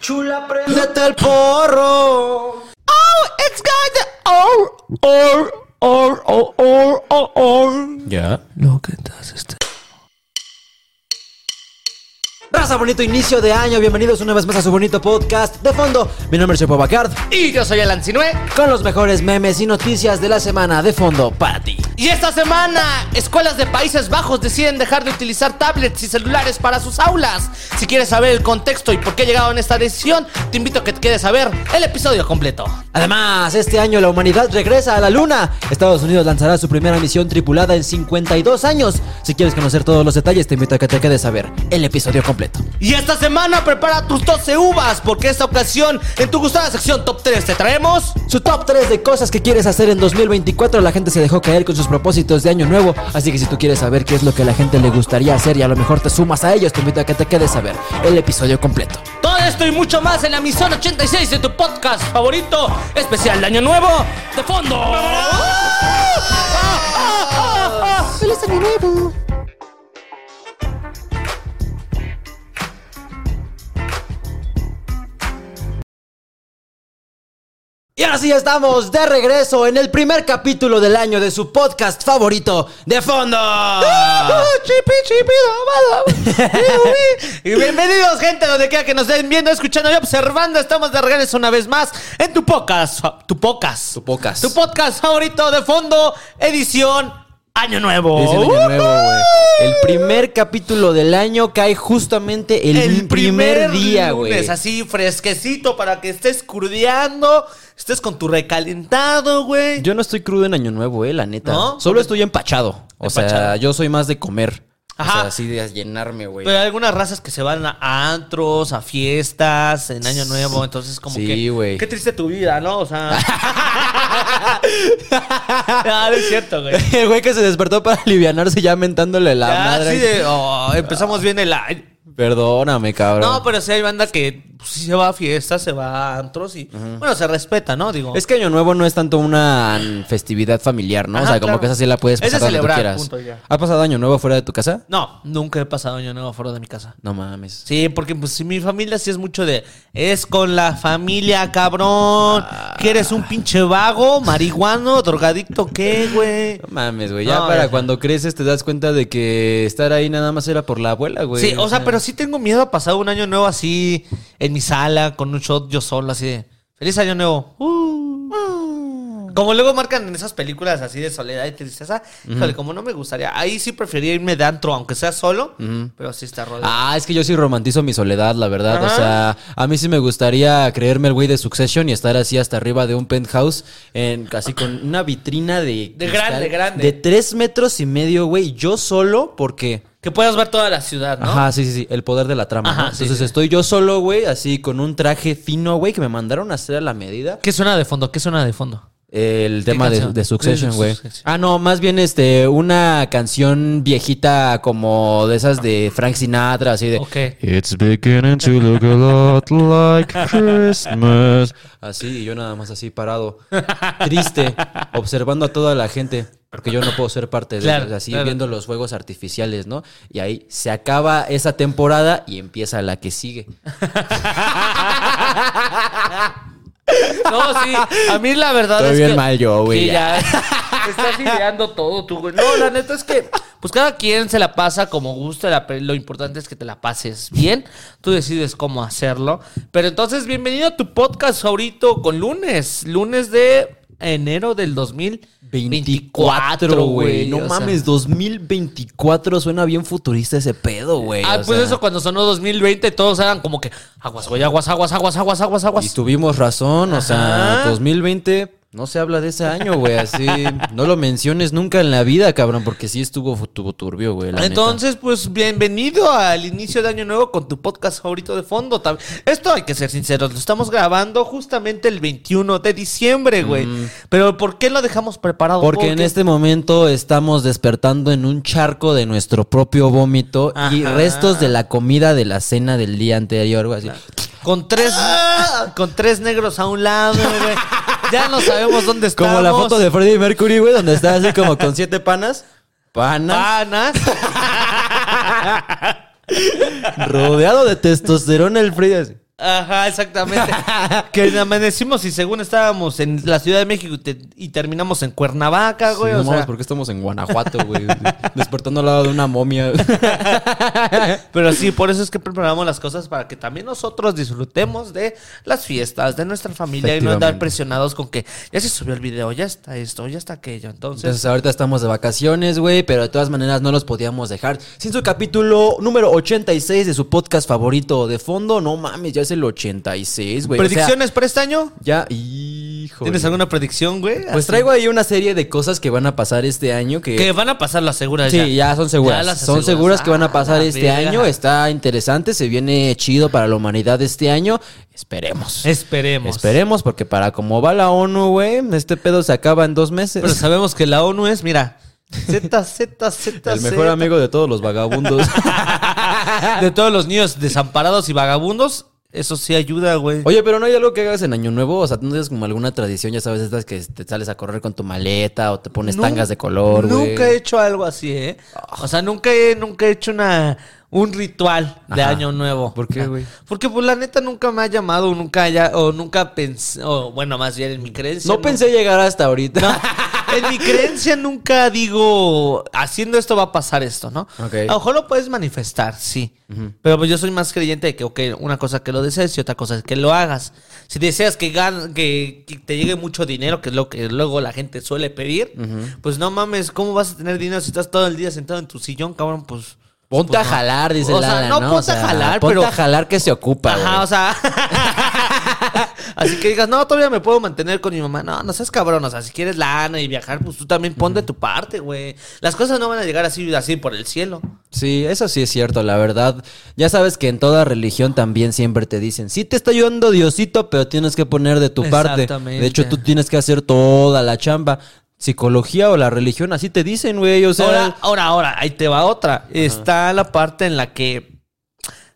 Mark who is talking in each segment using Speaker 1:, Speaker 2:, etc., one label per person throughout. Speaker 1: Chula, prendete el porro.
Speaker 2: Oh, it's got oh, oh, oh, oh, oh, oh, oh.
Speaker 3: Ya.
Speaker 2: Lo que estás este.
Speaker 1: Raza, bonito inicio de año. Bienvenidos una vez más a su bonito podcast de fondo. Mi nombre es Chepo Bacard.
Speaker 2: Y yo soy Alan Sinue.
Speaker 1: Con los mejores memes y noticias de la semana de fondo para ti.
Speaker 2: Y esta semana, escuelas de Países Bajos deciden dejar de utilizar tablets y celulares para sus aulas. Si quieres saber el contexto y por qué llegaron a esta decisión, te invito a que te quedes a ver el episodio completo.
Speaker 1: Además, este año la humanidad regresa a la luna. Estados Unidos lanzará su primera misión tripulada en 52 años. Si quieres conocer todos los detalles, te invito a que te quedes a ver el episodio completo.
Speaker 2: Y esta semana prepara tus 12 uvas, porque esta ocasión, en tu gustada sección Top 3, te traemos...
Speaker 1: Su top 3 de cosas que quieres hacer en 2024. La gente se dejó caer con sus propósitos de año nuevo. Así que si tú quieres saber qué es lo que a la gente le gustaría hacer y a lo mejor te sumas a ellos, te invito a que te quedes a ver el episodio completo.
Speaker 2: Todo esto y mucho más en la misión 86 de tu podcast favorito, especial de Año Nuevo, de fondo.
Speaker 1: ¡Feliz año nuevo! Y ahora sí estamos de regreso en el primer capítulo del año de su podcast favorito de fondo. ¡Ah,
Speaker 2: Y bienvenidos, gente, donde quiera que nos estén viendo, escuchando y observando. Estamos de regreso una vez más en tu podcast. Tu podcast.
Speaker 1: Tu podcast.
Speaker 2: Tu podcast favorito de fondo, edición Año Nuevo. Uh,
Speaker 1: Feliz año nuevo, güey. El primer capítulo del año cae justamente el,
Speaker 2: El
Speaker 1: primer, día, güey.
Speaker 2: lunes, Así fresquecito para que estés curdeando, estés con tu recalentado, güey.
Speaker 1: Yo no estoy crudo en año nuevo, eh, la neta.
Speaker 2: ¿No?
Speaker 1: Solo estoy empachado. O sea,
Speaker 2: Empachado.
Speaker 1: yo soy más de comer. O
Speaker 2: Ajá.
Speaker 1: sea, así de llenarme, güey.
Speaker 2: Pero hay algunas razas que se van a- a antros, a fiestas, en Año Nuevo, entonces como
Speaker 1: Sí,
Speaker 2: que...
Speaker 1: güey.
Speaker 2: Qué triste tu vida, ¿no? O sea... Ah, no, no es cierto, güey.
Speaker 1: El güey que se despertó para alivianarse ya mentándole la
Speaker 2: Ya,
Speaker 1: madre.
Speaker 2: así de... oh, empezamos bien el año.
Speaker 1: Perdóname, cabrón.
Speaker 2: No, pero sí hay banda que pues, sí se va a fiestas, se va a antros y... Bueno, se respeta, ¿no? Digo...
Speaker 1: Es que Año Nuevo no es tanto una mm, festividad familiar, ¿no? o
Speaker 2: Ajá,
Speaker 1: sea, como
Speaker 2: claro.
Speaker 1: que esa sí la puedes
Speaker 2: Es de
Speaker 1: pasar donde tú
Speaker 2: celebrar,
Speaker 1: quieras.
Speaker 2: punto, ya.
Speaker 1: ¿Has pasado Año Nuevo fuera de tu casa?
Speaker 2: No, nunca he pasado Año Nuevo fuera de mi casa.
Speaker 1: No mames.
Speaker 2: Sí, porque pues si mi familia sí es mucho de es con la familia, cabrón.
Speaker 1: Ah.
Speaker 2: Que eres un pinche vago, marihuano, drogadicto, ¿qué, güey?
Speaker 1: No mames, güey. Ya
Speaker 2: No,
Speaker 1: para
Speaker 2: ya.
Speaker 1: cuando creces te das cuenta de que estar ahí nada más era por la abuela, güey.
Speaker 2: Sí, o sea, pero sí tengo miedo a pasar un año nuevo así en mi sala con un shot yo solo así de feliz año nuevo. Uh. Como luego marcan en esas películas así de soledad y tristeza, híjole, como no me gustaría. Ahí sí prefería irme de antro, aunque sea solo, pero sí está rodeado.
Speaker 1: Ah, es que yo sí romantizo mi soledad, la verdad. O
Speaker 2: Ajá.
Speaker 1: sea, a mí sí me gustaría creerme el güey de Succession y estar así hasta arriba de un penthouse, en, así con una vitrina de...
Speaker 2: De grande, grande.
Speaker 1: De tres metros y medio, güey. Yo solo porque...
Speaker 2: Que puedas ver toda la ciudad, ¿no?
Speaker 1: Ajá, sí, sí, sí, el poder de la trama.
Speaker 2: Ajá,
Speaker 1: ¿no?
Speaker 2: sí,
Speaker 1: Entonces
Speaker 2: sí.
Speaker 1: estoy yo solo, güey, así con un traje fino, güey, que me mandaron a hacer a la medida.
Speaker 2: ¿Qué suena de fondo? ¿Qué suena de fondo?
Speaker 1: El tema de,
Speaker 2: canción?
Speaker 1: de Succession,
Speaker 2: De
Speaker 1: güey.
Speaker 2: Succession.
Speaker 1: Ah, no, más bien este, una canción viejita como de esas de Frank Sinatra, así de.
Speaker 2: Ok.
Speaker 3: It's beginning to look a lot like Christmas.
Speaker 1: Así, y yo nada más así parado, triste, observando a toda la gente, porque yo no puedo ser parte de
Speaker 2: Claro,
Speaker 1: ellos, así
Speaker 2: claro.
Speaker 1: viendo los fuegos artificiales, ¿no? Y ahí se acaba esa temporada y empieza la que sigue.
Speaker 2: No, sí. A mí la verdad
Speaker 1: Estoy
Speaker 2: es
Speaker 1: bien
Speaker 2: que...
Speaker 1: mal yo, güey,
Speaker 2: Sí, ya. Estás ideando todo tú, güey. No, la neta es que... Pues cada quien se la pasa como gusta. lo importante es que te la pases bien. Tú decides cómo hacerlo. Pero entonces, bienvenido a tu podcast favorito con lunes. Lunes de enero del 2024,
Speaker 1: 24, güey. No
Speaker 2: O sea,
Speaker 1: mames, 2024 suena bien futurista ese pedo, güey.
Speaker 2: Ah,
Speaker 1: o
Speaker 2: pues
Speaker 1: sea.
Speaker 2: eso cuando sonó 2020 todos eran como que aguas, güey, aguas, aguas, aguas, aguas, aguas,
Speaker 1: Y
Speaker 2: aguas.
Speaker 1: tuvimos razón, o sea,
Speaker 2: Ajá.
Speaker 1: 2020 no se habla de ese año, güey. Así, no lo menciones nunca en la vida, cabrón, porque sí estuvo fu- tuvo turbio, güey. la neta.
Speaker 2: Entonces, pues bienvenido al inicio de año nuevo con tu podcast favorito de fondo. Tam- Esto hay que ser sinceros, lo estamos grabando justamente el 21 de diciembre, güey. Pero ¿por qué lo dejamos preparado?
Speaker 1: Mm. Porque en este momento estamos despertando en un charco de nuestro propio vómito y
Speaker 2: Ajá.
Speaker 1: restos de la comida de la cena del día anterior, güey. así.
Speaker 2: con tres
Speaker 1: ¡Ah!
Speaker 2: con tres negros a un lado, güey. Ya no sabemos Pues, dónde estamos.
Speaker 1: Como la foto de Freddie Mercury, güey, donde está así como con siete panas. Panas.
Speaker 2: panas.
Speaker 1: Rodeado de testosterona el Freddy. así.
Speaker 2: Ajá, exactamente. que amanecimos y según estábamos en la Ciudad de México y, te- y terminamos en Cuernavaca, güey.
Speaker 1: no
Speaker 2: o
Speaker 1: mames,
Speaker 2: sea,
Speaker 1: ¿por qué estamos en Guanajuato, güey? Despertando al lado de una momia.
Speaker 2: Pero sí, por eso es que preparamos las cosas para que también nosotros disfrutemos de las fiestas, de nuestra familia y no andar
Speaker 1: Efectivamente.
Speaker 2: presionados con que ya se subió el video, ya está esto, ya está aquello. Entonces,
Speaker 1: Entonces ahorita estamos de vacaciones, güey, pero de todas maneras no los podíamos dejar. Sin su capítulo número 86 de su podcast favorito de fondo, no mames, ya es el 86, güey. O sea,
Speaker 2: ¿predicciones para este año?
Speaker 1: ya, hijo.
Speaker 2: ¿Tienes alguna predicción, güey?
Speaker 1: Pues
Speaker 2: Así.
Speaker 1: traigo ahí una serie de cosas que van a pasar este año que...
Speaker 2: Que van a pasar las seguras ya.
Speaker 1: Sí, ya son seguras.
Speaker 2: Ya las
Speaker 1: son
Speaker 2: aseguras.
Speaker 1: seguras que van
Speaker 2: Ah,
Speaker 1: a pasar
Speaker 2: la
Speaker 1: este
Speaker 2: verga.
Speaker 1: año. Está interesante, se viene chido para la humanidad este año. Esperemos.
Speaker 2: Esperemos.
Speaker 1: Esperemos, porque para como va la ONU, güey, este pedo se acaba en dos meses.
Speaker 2: Pero sabemos que la ONU es, mira, Z, Z, Z,
Speaker 1: El mejor amigo de todos los vagabundos.
Speaker 2: de todos los niños desamparados y vagabundos. Eso sí ayuda, güey.
Speaker 1: Oye, pero no hay algo que hagas en Año Nuevo. O sea, tú no tienes como alguna tradición, ya sabes, estas que te sales a correr con tu maleta o te pones
Speaker 2: Nun-
Speaker 1: tangas de color, güey. Ah.
Speaker 2: Nunca he hecho algo así, ¿eh? O sea, nunca he, nunca he hecho una, un ritual de
Speaker 1: Ajá.
Speaker 2: año nuevo.
Speaker 1: ¿Por qué, güey?
Speaker 2: Porque, pues, la neta nunca me ha llamado, nunca haya, o nunca pensé, o bueno, más bien en mi creencia.
Speaker 1: No pensé llegar hasta ahorita.
Speaker 2: En mi creencia nunca digo, haciendo esto va a pasar esto, ¿no?
Speaker 1: Ok.
Speaker 2: A lo mejor lo puedes manifestar, sí. Pero pues yo soy más creyente de que, ok, una cosa que lo desees y otra cosa es que lo hagas. Si deseas que, gan- que, que te llegue mucho dinero, que es lo que luego la gente suele pedir, pues no mames, ¿cómo vas a tener dinero si estás todo el día sentado en tu sillón, cabrón? Pues...
Speaker 1: Ponte a jalar, dice
Speaker 2: O sea,
Speaker 1: Lala,
Speaker 2: no,
Speaker 1: ¿no?
Speaker 2: ponte a jalar,
Speaker 1: ponte
Speaker 2: pero-
Speaker 1: a jalar que se ocupa,
Speaker 2: Ajá,
Speaker 1: güey.
Speaker 2: o sea. Así que digas, no, todavía me puedo mantener con mi mamá. No, no seas cabrón. O sea, si quieres lana y viajar, pues tú también pon de tu parte, güey. Las cosas no van a llegar así, así por el cielo.
Speaker 1: Sí, eso sí es cierto, la verdad. Ya sabes que en toda religión también siempre te dicen, sí te está ayudando Diosito, pero tienes que poner de tu parte.
Speaker 2: Exactamente.
Speaker 1: De hecho, tú tienes que hacer toda la chamba. Psicología o la religión, así te dicen, güey. O sea,
Speaker 2: ahora, ahora, ahora, ahí te va otra. Está la parte en la que.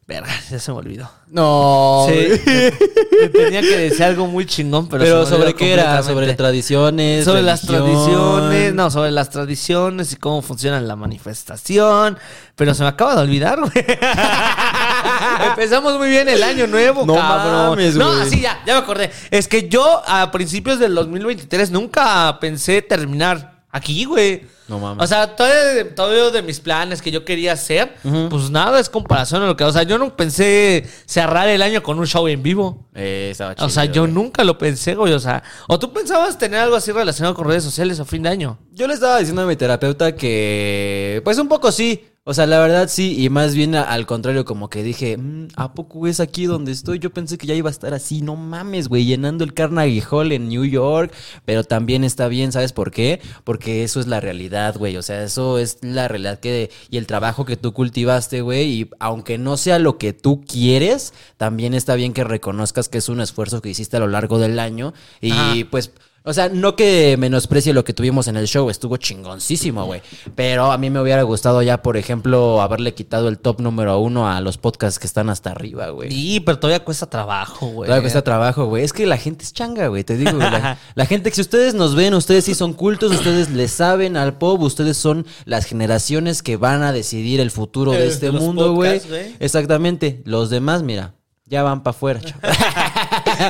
Speaker 2: Verga, ya se me olvidó.
Speaker 1: no.
Speaker 2: Sí.
Speaker 1: güey.
Speaker 2: Te tenía que decir algo muy chingón, pero.
Speaker 1: Pero,
Speaker 2: se me olvidó
Speaker 1: sobre qué era, sobre
Speaker 2: completamente.
Speaker 1: tradiciones.
Speaker 2: Sobre las
Speaker 1: religión.
Speaker 2: tradiciones, no, sobre las tradiciones y cómo funciona la manifestación. Pero se me acaba de olvidar, güey. Empezamos muy bien el año nuevo,
Speaker 1: No
Speaker 2: cabrón.
Speaker 1: mames,
Speaker 2: no,
Speaker 1: güey.
Speaker 2: así ya, ya me acordé. Es que yo a principios del 2023 nunca pensé terminar aquí, güey.
Speaker 1: No mames.
Speaker 2: O sea, todo de, todo de mis planes que yo quería hacer, pues nada es comparación a lo que. O sea, yo no pensé cerrar el año con un show en vivo.
Speaker 1: Eh, estaba
Speaker 2: O sea,
Speaker 1: chido,
Speaker 2: yo
Speaker 1: güey.
Speaker 2: nunca lo pensé, güey. O sea, o tú pensabas tener algo así relacionado con redes sociales a fin de año.
Speaker 1: Yo le estaba diciendo a mi terapeuta que, pues un poco sí. O sea, la verdad sí, y más bien a- al contrario, como que dije, "Mm, ¿a poco es aquí donde estoy? Yo pensé que ya iba a estar así, no mames, güey, llenando el Carnegie Hall en New York, pero también está bien, ¿sabes por qué? Porque eso es la realidad, güey, o sea, eso es la realidad que, y el trabajo que tú cultivaste, güey, y aunque no sea lo que tú quieres, también está bien que reconozcas que es un esfuerzo que hiciste a lo largo del año, y
Speaker 2: Ajá.
Speaker 1: pues... O sea, no que menosprecie lo que tuvimos en el show, estuvo chingoncísimo, güey. Pero a mí me hubiera gustado ya, por ejemplo, haberle quitado el top número uno a los podcasts que están hasta arriba, güey.
Speaker 2: Sí, pero todavía cuesta trabajo, güey.
Speaker 1: Todavía cuesta trabajo, güey. Es que la gente es changa, güey. Te digo, güey, la, la gente que si ustedes nos ven, ustedes sí son cultos, ustedes le saben al pop, ustedes son las generaciones que van a decidir el futuro de
Speaker 2: Eh,
Speaker 1: este
Speaker 2: de los
Speaker 1: mundo, güey.
Speaker 2: podcasts, güey.
Speaker 1: Exactamente. Los demás, mira, ya van para afuera, chaval.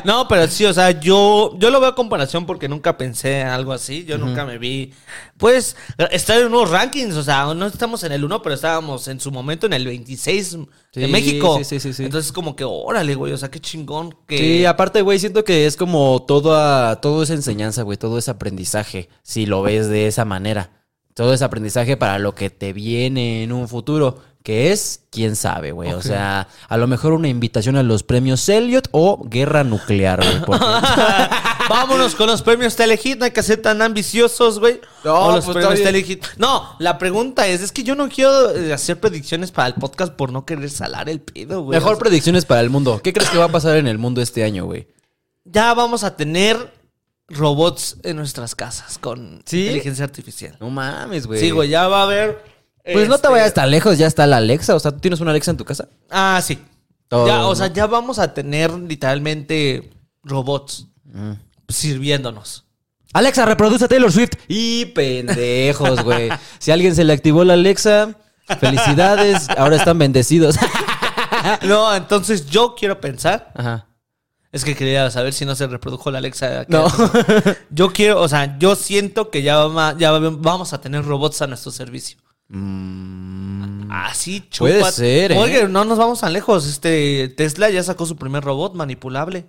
Speaker 2: No, pero sí, o sea, yo, yo lo veo a comparación porque nunca pensé en algo así. Yo nunca me vi. Pues estar en unos rankings, o sea, no estamos en el 1, pero estábamos en su momento en el 26 de
Speaker 1: Sí,
Speaker 2: México.
Speaker 1: sí, sí, sí, sí.
Speaker 2: Entonces, como que, órale, güey, o sea, qué chingón. Que...
Speaker 1: Sí, aparte, güey, siento que es como toda, todo es enseñanza, güey, todo es aprendizaje, si lo ves de esa manera. Todo es aprendizaje para lo que te viene en un futuro, que es, quién sabe, güey. O sea, a lo mejor una invitación a los premios Elliot o guerra nuclear, güey. porque-
Speaker 2: Vámonos con los premios Telehit, no hay que ser tan ambiciosos, güey.
Speaker 1: No,
Speaker 2: O los
Speaker 1: pues,
Speaker 2: premios
Speaker 1: está bien.
Speaker 2: Telehit. No, la pregunta es, es que yo no quiero eh, hacer predicciones para el podcast por no querer salar el pedo, güey.
Speaker 1: mejor
Speaker 2: O sea,
Speaker 1: predicciones para el mundo. ¿Qué crees que va a pasar en el mundo este año, güey?
Speaker 2: ya vamos a tener robots en nuestras casas con
Speaker 1: ¿Sí?
Speaker 2: inteligencia artificial.
Speaker 1: No mames, güey.
Speaker 2: Sí, güey, ya va a haber...
Speaker 1: Pues no te
Speaker 2: este,
Speaker 1: vayas tan lejos, ya está la Alexa. O sea, ¿tú tienes una Alexa en tu casa?
Speaker 2: Ah, sí.
Speaker 1: Todo,
Speaker 2: Ya, o sea,
Speaker 1: ¿no?
Speaker 2: ya vamos a tener literalmente robots Mm. sirviéndonos.
Speaker 1: Alexa, reproduce a Taylor Swift. Y pendejos, güey. Si a alguien se le activó la Alexa, felicidades. Ahora están bendecidos.
Speaker 2: No, entonces yo quiero pensar.
Speaker 1: Ajá.
Speaker 2: Es que quería saber si no se reprodujo la Alexa.
Speaker 1: No.
Speaker 2: Yo quiero, o sea, yo siento que ya, vamos a- ya vamos a tener robots a nuestro servicio.
Speaker 1: Mm.
Speaker 2: Así, chupa.
Speaker 1: Puede ser, ¿eh?
Speaker 2: Oye, no nos vamos tan lejos. Este Tesla ya sacó su primer robot manipulable.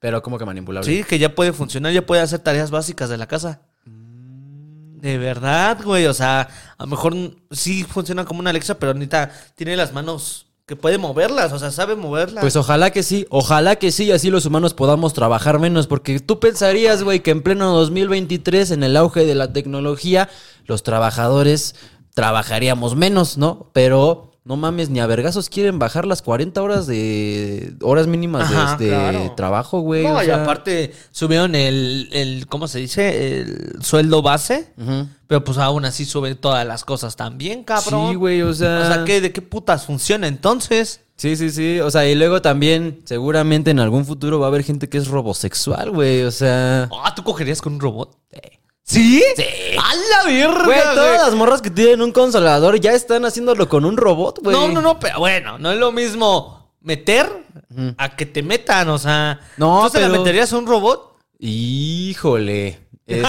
Speaker 1: Pero como que manipulable.
Speaker 2: Sí, que ya puede funcionar, ya puede hacer tareas básicas de la casa.
Speaker 1: Mm.
Speaker 2: De verdad, güey. O sea, a lo mejor sí funciona como una Alexa, pero ahorita tiene las manos que puede moverlas, o sea, sabe moverlas.
Speaker 1: Pues ojalá que sí, ojalá que sí, y así los humanos podamos trabajar menos, porque tú pensarías, güey, que en pleno 2023, en el auge de la tecnología, los trabajadores trabajaríamos menos, ¿no? Pero no mames, ni a vergazos quieren bajar las 40 horas de horas mínimas de-
Speaker 2: Ajá,
Speaker 1: de,
Speaker 2: claro.
Speaker 1: trabajo, güey.
Speaker 2: no,
Speaker 1: o
Speaker 2: y
Speaker 1: sea.
Speaker 2: aparte subieron el, el, ¿cómo se dice? El sueldo base.
Speaker 1: Ujú.
Speaker 2: Pero pues aún así suben todas las cosas también, cabrón.
Speaker 1: Sí, güey, o sea.
Speaker 2: O sea, ¿qué- ¿de qué putas funciona entonces?
Speaker 1: Sí, sí, sí. O sea, y luego también, seguramente en algún futuro va a haber gente que es robosexual, güey. O sea.
Speaker 2: Ah, ¿tú cogerías con un robot? ¿Sí? Sí. ¡A la ¡Oh, verga!
Speaker 1: Güey, todas
Speaker 2: güey!
Speaker 1: las morras que tienen un consolador ya están haciéndolo con un robot, güey.
Speaker 2: No, no, no, pero bueno, no es lo mismo meter a que te metan, o sea.
Speaker 1: No,
Speaker 2: ¿Tú se la
Speaker 1: pero-
Speaker 2: meterías a un robot? Ah,
Speaker 1: Híjole. Es,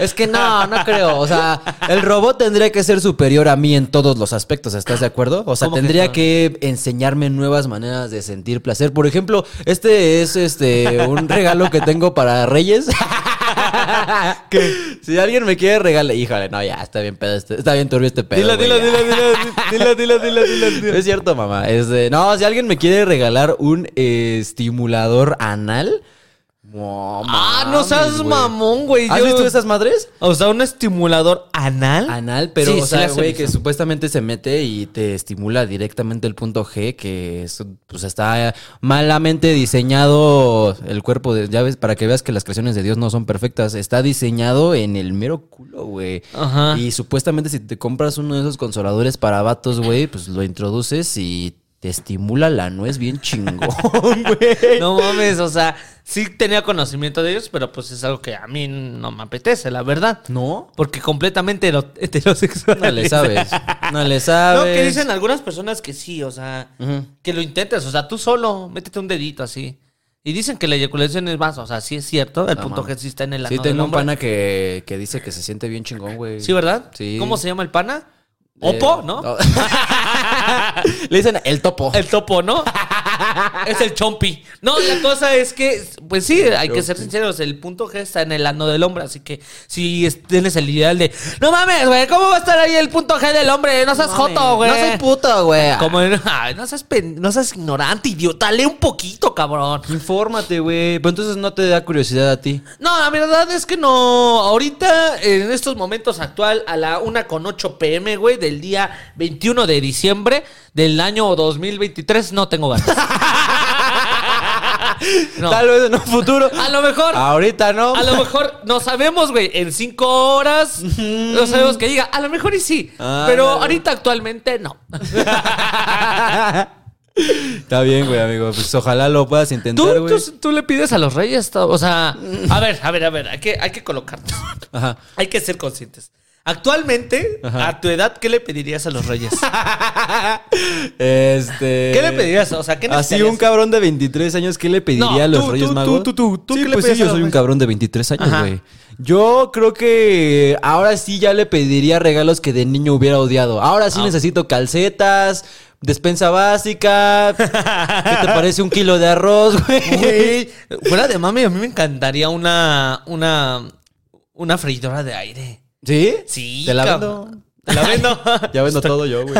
Speaker 1: es que no, no creo. O sea, el robot tendría que ser superior a mí en todos los aspectos, ¿estás de acuerdo? O sea,
Speaker 2: ¿Cómo que
Speaker 1: tendría
Speaker 2: no?
Speaker 1: que, enseñarme nuevas maneras de sentir placer. Por ejemplo, este es este un regalo que tengo para Reyes. Si alguien me quiere regalar, híjole, no, ya está bien pedo, este- está bien turbio este pedo.
Speaker 2: Dilo,
Speaker 1: güey,
Speaker 2: dilo,
Speaker 1: ya.
Speaker 2: dilo, dilo, dilo, dilo, dilo, dilo, dilo.
Speaker 1: No Es cierto, mamá. Este, no, si alguien me quiere regalar un eh, estimulador anal. no
Speaker 2: Ah, no
Speaker 1: mames,
Speaker 2: seas
Speaker 1: güey.
Speaker 2: mamón, güey.
Speaker 1: ¿Has
Speaker 2: yo-
Speaker 1: visto esas madres?
Speaker 2: O sea, un estimulador anal.
Speaker 1: Anal, pero
Speaker 2: Sí,
Speaker 1: o
Speaker 2: sí
Speaker 1: sea,
Speaker 2: las he
Speaker 1: güey,
Speaker 2: visto.
Speaker 1: que supuestamente se mete y te estimula directamente el punto G, que es, pues está malamente diseñado el cuerpo de, ya ves, para que veas que las creaciones de Dios no son perfectas, está diseñado en el mero culo, güey.
Speaker 2: Ajá.
Speaker 1: Y supuestamente si te compras uno de esos consoladores para vatos, güey, pues lo introduces y te estimula la nuez bien chingón, güey.
Speaker 2: No mames, o sea, sí tenía conocimiento de ellos, pero pues es algo que a mí no me apetece, la verdad.
Speaker 1: ¿No?
Speaker 2: Porque completamente hero- heterosexual.
Speaker 1: No le sabes, no le
Speaker 2: No,
Speaker 1: sabes.
Speaker 2: que dicen algunas personas que sí, o sea,
Speaker 1: Ujú.
Speaker 2: que lo intentas, o sea, tú solo, métete un dedito así. Y dicen que la eyaculación es más, o sea, sí es cierto, el
Speaker 1: No
Speaker 2: punto
Speaker 1: mames.
Speaker 2: G sí está en el
Speaker 1: Sí,
Speaker 2: ano del
Speaker 1: tengo un
Speaker 2: hombre.
Speaker 1: pana que, que dice que se siente bien chingón, güey.
Speaker 2: Sí, ¿verdad?
Speaker 1: Sí.
Speaker 2: ¿Cómo se llama el pana?
Speaker 1: Eh,
Speaker 2: Opo, ¿no?
Speaker 1: Le dicen el topo.
Speaker 2: El topo, ¿no? es el chompi. No, la cosa es que, pues sí, hay que ser sinceros, el punto G está en el ano del hombre, así que si es- tienes el ideal de, no mames, güey, ¿cómo va a estar ahí el punto G del hombre? No seas joto, güey.
Speaker 1: No soy puto, güey.
Speaker 2: Como en- ay, no seas, pen- no seas ignorante, idiota. Lee un poquito, cabrón.
Speaker 1: Infórmate, güey. Pero entonces no te da curiosidad a ti.
Speaker 2: No, la verdad es que no. Ahorita, en estos momentos actual, a la 1 con 8 pm, güey, del día 21 de diciembre del año 2023, no tengo ganas. No.
Speaker 1: Tal vez Ah. en un futuro.
Speaker 2: A lo mejor.
Speaker 1: Ahorita no.
Speaker 2: A lo mejor no sabemos, güey. En cinco horas no sabemos que diga. A lo mejor y sí.
Speaker 1: Ah,
Speaker 2: pero
Speaker 1: dale.
Speaker 2: ahorita actualmente no.
Speaker 1: Está bien, güey, amigo. Pues ojalá lo puedas intentar,
Speaker 2: ¿Tú,
Speaker 1: güey.
Speaker 2: tú, tú le pides a los reyes, to- o sea, a ver, a ver, a ver, hay que, hay que colocarnos.
Speaker 1: Ajá.
Speaker 2: Hay que ser conscientes. Actualmente, a tu edad, ¿qué le pedirías a los reyes?
Speaker 1: Este.
Speaker 2: ¿Qué le pedirías? O sea, ¿qué
Speaker 1: Así
Speaker 2: necesitarías?
Speaker 1: un cabrón de 23 años, ¿qué le pediría
Speaker 2: No,
Speaker 1: a los
Speaker 2: tú,
Speaker 1: Reyes
Speaker 2: tú,
Speaker 1: Magos?
Speaker 2: tú, tú, tú,
Speaker 1: sí,
Speaker 2: ¿qué le
Speaker 1: pues sí,
Speaker 2: pedirías a
Speaker 1: yo
Speaker 2: los
Speaker 1: soy un
Speaker 2: Reyes?
Speaker 1: cabrón de 23 años,
Speaker 2: Ajá.
Speaker 1: güey. Yo creo que ahora sí ya le pediría regalos que de niño hubiera odiado. Ahora sí necesito calcetas, despensa básica. ¿Qué te parece un kilo de arroz, güey?
Speaker 2: Güey, fuera de mami, a mí me encantaría una, una, una freidora de aire.
Speaker 1: ¿Sí?
Speaker 2: Sí,
Speaker 1: Te la
Speaker 2: cabrón.
Speaker 1: vendo.
Speaker 2: Te la vendo.
Speaker 1: Ya vendo todo yo, güey.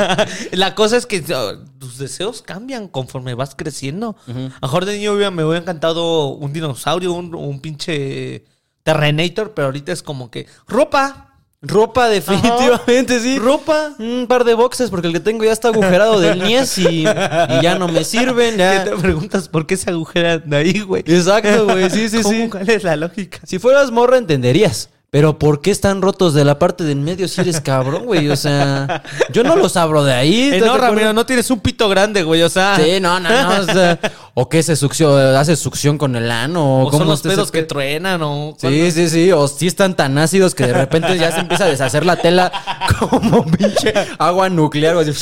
Speaker 2: La cosa es que oh, tus deseos cambian conforme vas creciendo. A lo mejor de niño hubiera- me hubiera encantado un dinosaurio, un, un pinche Terrenator, pero ahorita es como que ropa.
Speaker 1: Ropa, definitivamente, sí.
Speaker 2: Ropa.
Speaker 1: Un par de boxes porque el que tengo ya está agujerado del niés y, y ya no me sirven. ya.
Speaker 2: ¿Qué te preguntas por qué se agujeran de ahí, güey?
Speaker 1: Exacto, güey. Sí, sí,
Speaker 2: ¿Cómo?
Speaker 1: sí.
Speaker 2: ¿Cuál es la lógica?
Speaker 1: Si fueras morra entenderías. Pero ¿por qué están rotos de la parte de en medio si eres cabrón, güey? O sea, yo no los abro de ahí.
Speaker 2: Eh,
Speaker 1: ¿estás
Speaker 2: no,
Speaker 1: de acuerdo?
Speaker 2: Ramiro, no tienes un pito grande, güey. O sea,
Speaker 1: Sí, no, no, no. O, sea, o que se succió, hace succión con el ano.
Speaker 2: o son
Speaker 1: cómo
Speaker 2: los
Speaker 1: está ese
Speaker 2: pedos que
Speaker 1: pedo.
Speaker 2: truenan, ¿no?
Speaker 1: Sí, sí, sí. O sí están tan ácidos que de repente ya se empieza a deshacer la tela como pinche agua nuclear. o así.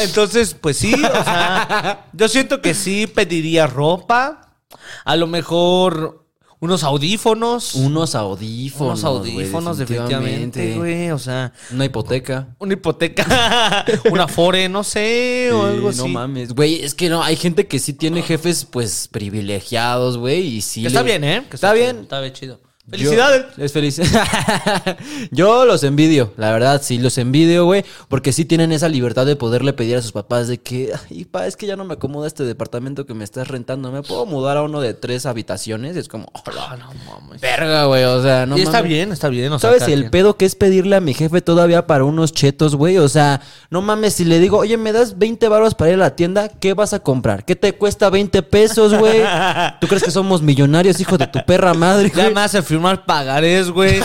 Speaker 2: Entonces, pues sí, o sea, yo siento que sí pediría ropa, a lo mejor unos audífonos,
Speaker 1: Unos audífonos.
Speaker 2: unos
Speaker 1: güey,
Speaker 2: audífonos definitivamente, güey, o sea,
Speaker 1: Una hipoteca.
Speaker 2: una hipoteca, una fore, no sé, o
Speaker 1: Sí,
Speaker 2: algo
Speaker 1: No
Speaker 2: así.
Speaker 1: mames. Güey, es que no, hay gente que sí tiene jefes, pues, privilegiados, güey. Y sí.
Speaker 2: Que está
Speaker 1: le-
Speaker 2: bien, ¿eh? Que
Speaker 1: Está bien.
Speaker 2: chido, Está bien chido.
Speaker 1: Yo-
Speaker 2: Felicidades.
Speaker 1: es feliz. Yo los envidio, la verdad, sí los envidio, güey, porque sí tienen esa libertad de poderle pedir a sus papás de que, ay, pa, es que ya no me acomoda este departamento que me estás rentando, me puedo mudar a uno de tres habitaciones, es como, "Oh,
Speaker 2: Ah, no mames.
Speaker 1: verga, güey, o sea, no
Speaker 2: y está
Speaker 1: mames.
Speaker 2: bien, está bien. O sea,
Speaker 1: ¿Sabes
Speaker 2: cada
Speaker 1: el
Speaker 2: quien.
Speaker 1: pedo que es pedirle a mi jefe todavía para unos chetos, güey? O sea, no mames, si le digo, oye, me das 20 baros para ir a la tienda, ¿qué vas a comprar? ¿Qué te cuesta 20 pesos, güey? ¿Tú crees que somos millonarios, hijo de tu perra madre?
Speaker 2: Ya
Speaker 1: güey?
Speaker 2: me hace firmar pagarés, güey.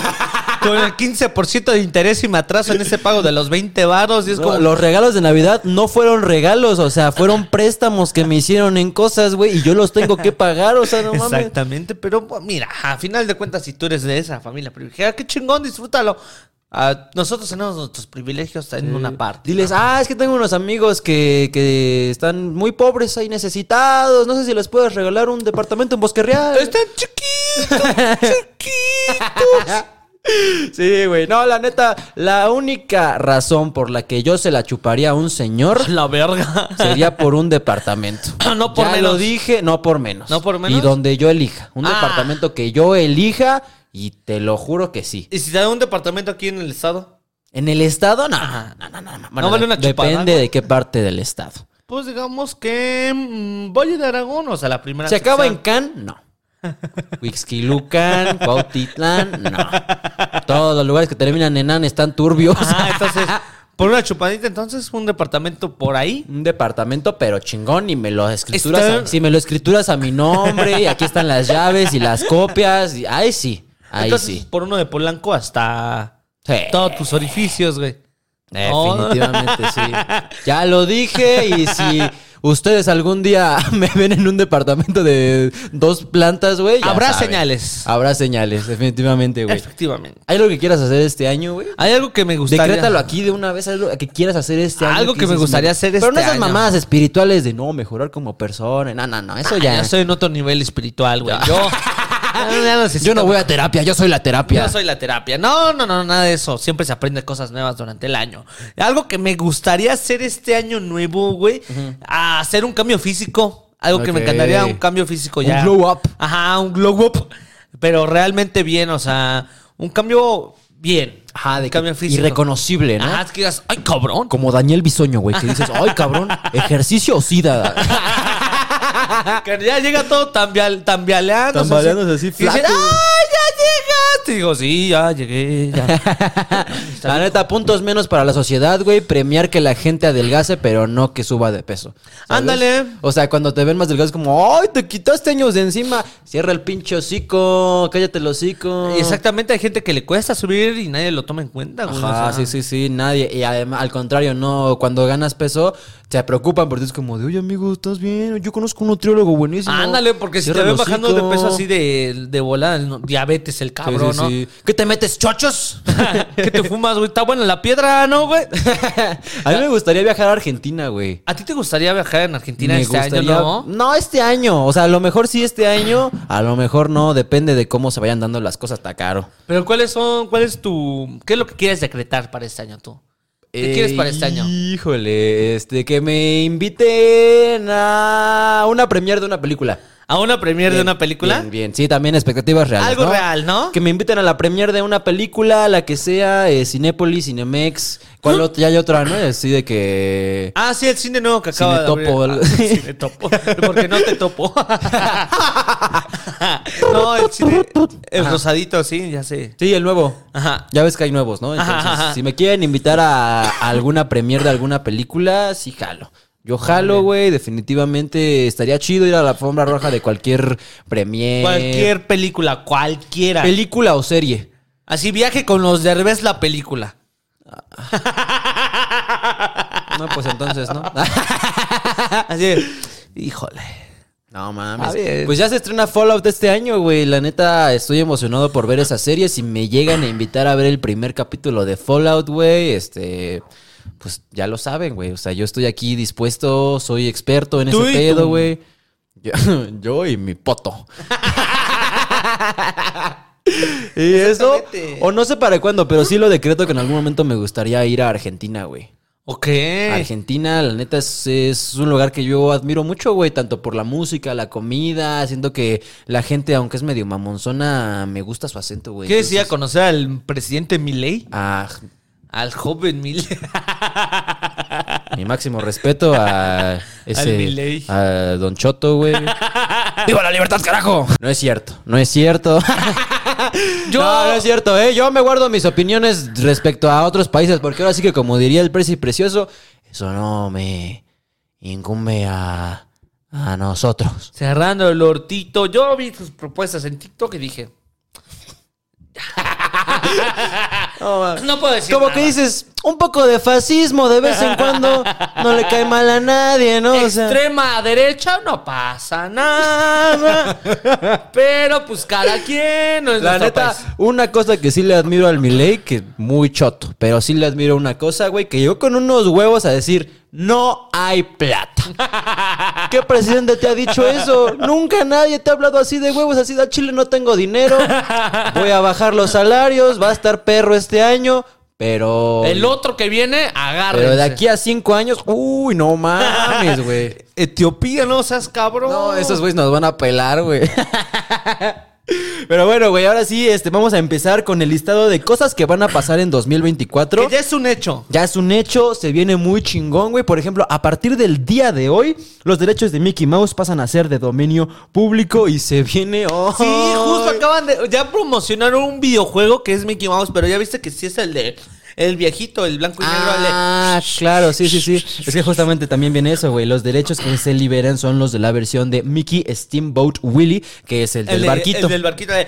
Speaker 2: Con el 15% de interés y me atraso en ese pago de los 20 varos. Y es
Speaker 1: No,
Speaker 2: como,
Speaker 1: los regalos de Navidad no fueron regalos, o sea, fueron préstamos que me hicieron en cosas, güey, y yo los tengo que pagar, o sea, no mames.
Speaker 2: Exactamente, pero pues, mira, a final de cuentas, si tú eres de esa familia privilegiada, qué chingón, disfrútalo. Ah, nosotros tenemos nuestros privilegios en una parte.
Speaker 1: Diles, ah, es que tengo unos amigos que, que están muy pobres ahí necesitados, no sé si les puedes regalar un departamento en Bosque Real.
Speaker 2: Están chiquitos, chiquitos.
Speaker 1: Sí, güey, no, la neta, la única razón por la que yo se la chuparía a un señor
Speaker 2: La verga.
Speaker 1: sería por un departamento.
Speaker 2: No por
Speaker 1: Ya
Speaker 2: menos.
Speaker 1: lo dije, no por menos.
Speaker 2: ¿No por menos?
Speaker 1: Y donde yo elija, un
Speaker 2: Ah.
Speaker 1: departamento que yo elija y te lo juro que sí.
Speaker 2: ¿Y si te dan un departamento aquí en el estado?
Speaker 1: En el estado, no, no, no, no, no.
Speaker 2: No vale una chupada,
Speaker 1: Depende
Speaker 2: ¿no?
Speaker 1: de qué parte del estado.
Speaker 2: Pues digamos que mm, Valle de Aragón, o sea, la primera.
Speaker 1: ¿Se acaba en
Speaker 2: sección.
Speaker 1: Can? No. Huixquilucan, Cuautitlán, no. Todos los lugares que terminan en An están turbios.
Speaker 2: Ah, entonces, por una chupadita, entonces, un departamento por ahí.
Speaker 1: Un departamento, pero chingón, y me lo escrituras.
Speaker 2: Está-
Speaker 1: a- si me lo escrituras a mi nombre, y aquí están las llaves y las copias. y- ahí sí, ahí
Speaker 2: entonces,
Speaker 1: sí.
Speaker 2: por uno de Polanco hasta
Speaker 1: Sí.
Speaker 2: todos tus orificios, güey. No.
Speaker 1: Definitivamente sí. Ya lo dije y si ustedes algún día me ven en un departamento de dos plantas, güey. ya
Speaker 2: Habrá
Speaker 1: saben.
Speaker 2: señales.
Speaker 1: Habrá señales, definitivamente, güey.
Speaker 2: Efectivamente.
Speaker 1: ¿Hay algo que quieras hacer este año, güey?
Speaker 2: Hay algo que Ah, me gustaría.
Speaker 1: Decrétalo aquí de una vez, algo que quieras hacer este año.
Speaker 2: Algo que me
Speaker 1: dices,
Speaker 2: gustaría hacer
Speaker 1: Pero no
Speaker 2: este
Speaker 1: esas
Speaker 2: año.
Speaker 1: mamadas espirituales de no, mejorar como persona. No, no, no, eso
Speaker 2: Ah, Ya.
Speaker 1: ya.
Speaker 2: estoy en otro nivel espiritual, güey. Yo, ya- ya necesito-
Speaker 1: Yo no voy a terapia, yo soy la terapia.
Speaker 2: Yo soy la terapia. No, no, no, nada de eso. Siempre se aprende cosas nuevas durante el año. Algo que me gustaría hacer este año nuevo, güey, a hacer un cambio físico. Algo que me
Speaker 1: Ok.
Speaker 2: encantaría, un cambio físico
Speaker 1: Un
Speaker 2: ya.
Speaker 1: glow up.
Speaker 2: Ajá, un glow up. Pero realmente bien, o sea, un cambio bien.
Speaker 1: Ajá, de
Speaker 2: un cambio
Speaker 1: que-
Speaker 2: físico.
Speaker 1: Irreconocible, ¿no?
Speaker 2: Ajá, es que digas, ay, cabrón.
Speaker 1: Como Daniel Bisoño, güey, que dices, ay, cabrón, ejercicio o sida.
Speaker 2: Que ya llega todo tambial, tambaleándose.
Speaker 1: Tambaleándose así,
Speaker 2: Y dicen,
Speaker 1: flaco.
Speaker 2: ¡ay, ya llegaste! Y digo, sí, ya llegué, ya.
Speaker 1: la neta, puntos menos para la sociedad, güey. Premiar que la gente adelgace, pero no que suba de peso. ¿sabes?
Speaker 2: Ándale.
Speaker 1: O sea, cuando te ven más delgado es como, ay, te quitaste años de encima. Cierra el pinche hocico, cállate el hocico.
Speaker 2: Exactamente, hay gente que le cuesta subir y nadie lo toma en cuenta, güey.
Speaker 1: Ajá,
Speaker 2: O sea,
Speaker 1: sí, sí, sí, nadie. Y además, al contrario, no, cuando ganas peso, se preocupan porque es como de, oye, amigo, ¿estás bien? Yo conozco un nutriólogo buenísimo.
Speaker 2: Ándale, porque si
Speaker 1: Cierra
Speaker 2: te ven
Speaker 1: el hocico.
Speaker 2: bajando de peso así de, de volada, no, diabetes el
Speaker 1: Sí, sí,
Speaker 2: cabrón,
Speaker 1: sí. ¿Qué te metes, chochos?
Speaker 2: ¿no? ¿Qué te fumas, güey? Está buena la piedra, ¿no, güey?
Speaker 1: a mí me gustaría viajar a Argentina, güey.
Speaker 2: ¿A ti te gustaría viajar en Argentina
Speaker 1: Me
Speaker 2: este
Speaker 1: gustaría-
Speaker 2: año, no?
Speaker 1: este año. O sea, a lo mejor sí este año, a lo mejor no. Depende de cómo se vayan dando las cosas, está caro.
Speaker 2: Pero ¿cuáles son, cuál es tu, qué es lo que quieres decretar para este año tú? ¿Qué
Speaker 1: Eh,
Speaker 2: quieres para este año?
Speaker 1: Híjole, este, que me inviten a una premiere de una película.
Speaker 2: ¿A una premiere de
Speaker 1: Bien,
Speaker 2: una película?
Speaker 1: Bien, bien. Sí, también expectativas reales.
Speaker 2: Algo
Speaker 1: ¿no?
Speaker 2: real, ¿no?
Speaker 1: Que me inviten a la premier de una película, la que sea eh, Cinépolis, Cinemex. ¿Cuál otra? Ya hay otra, ¿no? Así de que.
Speaker 2: Ah, sí, el cine nuevo que acaba
Speaker 1: Cinetopo.
Speaker 2: de abrir. Ah, Cinetopo. Porque no te topo. no, el cine... El rosadito, sí, ya sé.
Speaker 1: Sí, el nuevo.
Speaker 2: Ajá.
Speaker 1: Ya ves que hay nuevos, ¿no? Entonces,
Speaker 2: Ajá, ajá.
Speaker 1: si me quieren invitar a, a alguna premier de alguna película, sí jalo. Yo jalo, güey. Definitivamente estaría chido ir a la alfombra roja de cualquier premier.
Speaker 2: Cualquier película, cualquiera.
Speaker 1: película o serie.
Speaker 2: Así viaje con los de revés la película.
Speaker 1: No, pues entonces, ¿no?
Speaker 2: Así de, híjole.
Speaker 1: No
Speaker 2: Ah, bien.
Speaker 1: mames. Pues ya se estrena Fallout este año, güey. La neta, estoy emocionado por ver esa serie. Si me llegan a invitar a ver el primer capítulo de Fallout, güey, este. Pues ya lo saben, güey. O sea, yo estoy aquí dispuesto, soy experto en
Speaker 2: Tú
Speaker 1: ese
Speaker 2: y
Speaker 1: pedo,
Speaker 2: tú.
Speaker 1: güey. Yo, yo y mi poto. y eso,
Speaker 2: Exactamente.
Speaker 1: o no sé para cuándo, pero sí lo decreto que en algún momento me gustaría ir a Argentina, güey.
Speaker 2: Ok.
Speaker 1: Argentina, la neta, es, es un lugar que yo admiro mucho, güey, tanto por la música, la comida, siento que la gente, aunque es medio mamonzona, me gusta su acento, güey.
Speaker 2: ¿Qué decía
Speaker 1: Entonces,
Speaker 2: conocer al presidente Milei?
Speaker 1: Ah,
Speaker 2: Al joven Milei.
Speaker 1: mi máximo respeto a
Speaker 2: Milei.
Speaker 1: ese, a Don Choto, güey. ¡Viva la libertad, carajo! No es cierto, no es cierto.
Speaker 2: Yo-
Speaker 1: No, no es cierto, ¿eh? Yo me guardo mis opiniones respecto a otros países, porque ahora sí que, como diría el preci precioso, eso no me incumbe a, a nosotros.
Speaker 2: Cerrando el hortito. Yo vi sus propuestas en TikTok y dije. no puedo decir.
Speaker 1: Como
Speaker 2: nada.
Speaker 1: que dices, un poco de fascismo de vez en cuando no le cae mal a nadie, ¿no? O sea,
Speaker 2: Extrema derecha no pasa nada. Pero pues cada quien no es
Speaker 1: la
Speaker 2: nuestro
Speaker 1: neta,
Speaker 2: país.
Speaker 1: una cosa que sí le admiro al Milei, que muy choto, pero sí le admiro una cosa, güey, que yo con unos huevos a decir, no hay plata. ¿Qué presidente te ha dicho eso? Nunca nadie te ha hablado así de huevos, así de "A Chile no tengo dinero, voy a bajar los salarios, va a estar perro este año, pero...
Speaker 2: El otro que viene, agárrense.
Speaker 1: pero de aquí a cinco años, uy, no mames, güey.
Speaker 2: Etiopía, no seas cabrón.
Speaker 1: No, esos güeyes nos van a pelar, güey. Pero bueno, güey, ahora sí, este, vamos a empezar con el listado de cosas que van a pasar en 2024.
Speaker 2: Que ya es un hecho.
Speaker 1: Ya es un hecho, se viene muy chingón, güey. Por ejemplo, a partir del día de hoy, los derechos de Mickey Mouse pasan a ser de dominio público y se viene. ¡Oh!
Speaker 2: Sí, justo acaban de. Ya promocionaron un videojuego que es Mickey Mouse, pero ya viste que sí es el de. El viejito, el blanco y negro. el de-
Speaker 1: Ah, claro, sí, sí, sí. Es que justamente también viene eso, güey. Los derechos que se liberan son los de la versión de Mickey Steamboat Willie, que es el del
Speaker 2: de-
Speaker 1: barquito.
Speaker 2: El del barquito de.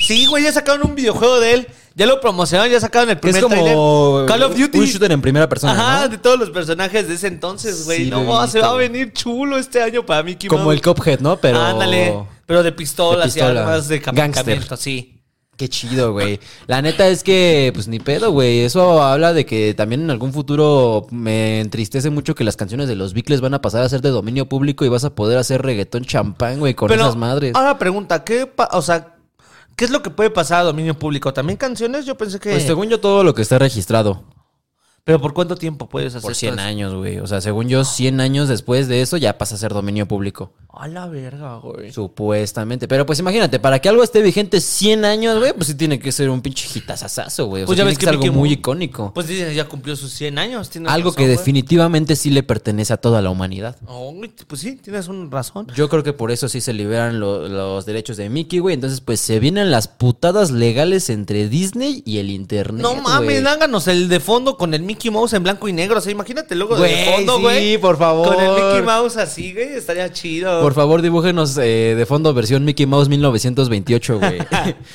Speaker 2: Sí, güey, ya sacaron un videojuego de él. Ya lo promocionaron, ya sacaron el
Speaker 1: Que es
Speaker 2: primer
Speaker 1: como
Speaker 2: tráiler. Call of Duty.
Speaker 1: un shooter en primera persona,
Speaker 2: Ajá,
Speaker 1: ¿no?
Speaker 2: de todos los personajes de ese entonces, güey.
Speaker 1: Sí,
Speaker 2: no,
Speaker 1: lo he
Speaker 2: se va a
Speaker 1: visto, güey.
Speaker 2: venir chulo este año para Mickey
Speaker 1: Como
Speaker 2: Mouse.
Speaker 1: el Cuphead, ¿no? Pero.
Speaker 2: Ándale, pero de pistolas
Speaker 1: De pistola.
Speaker 2: y armas de capacamiento,
Speaker 1: Gangster.
Speaker 2: sí.
Speaker 1: Qué chido, güey. La neta es que, pues ni pedo, güey. Eso habla de que también en algún futuro me entristece mucho que las canciones de los Bicles van a pasar a ser de dominio público y vas a poder hacer reggaetón champán, güey, con esas madres.
Speaker 2: Ahora pregunta, ¿qué, pa- o sea, ¿qué es lo que puede pasar a dominio público? ¿También canciones? Yo pensé que...
Speaker 1: Pues según yo, todo lo que está registrado.
Speaker 2: Pues Pero ¿por cuánto tiempo puedes hacer
Speaker 1: Por 100
Speaker 2: todo eso?
Speaker 1: años, güey. O sea, según yo, 100 años después de eso ya pasa a ser dominio público.
Speaker 2: A la verga, güey.
Speaker 1: Supuestamente. Pero pues imagínate, para que algo esté vigente 100 años, güey, pues sí tiene que ser un pinche hitazazazo, güey. O
Speaker 2: Pues
Speaker 1: sea,
Speaker 2: ya
Speaker 1: tiene
Speaker 2: ves que
Speaker 1: que ser algo
Speaker 2: Mickey
Speaker 1: muy
Speaker 2: Mouse-
Speaker 1: icónico.
Speaker 2: Pues dicen, ya cumplió sus 100 años. tienes
Speaker 1: algo
Speaker 2: razón,
Speaker 1: que
Speaker 2: güey.
Speaker 1: definitivamente sí le pertenece a toda la humanidad.
Speaker 2: Ay, pues sí, tienes un razón.
Speaker 1: Yo creo que por eso sí se liberan lo- los derechos de Mickey, güey. Entonces, pues se vienen las putadas legales entre Disney y el internet.
Speaker 2: No mames,
Speaker 1: güey.
Speaker 2: háganos el de fondo con el Mickey Mouse en blanco y negro. O sea, imagínate luego de
Speaker 1: Güey,
Speaker 2: fondo,
Speaker 1: sí,
Speaker 2: güey.
Speaker 1: por favor.
Speaker 2: Con el Mickey Mouse así, güey, estaría chido.
Speaker 1: Por favor, dibújenos eh, de fondo versión Mickey Mouse 1928, güey.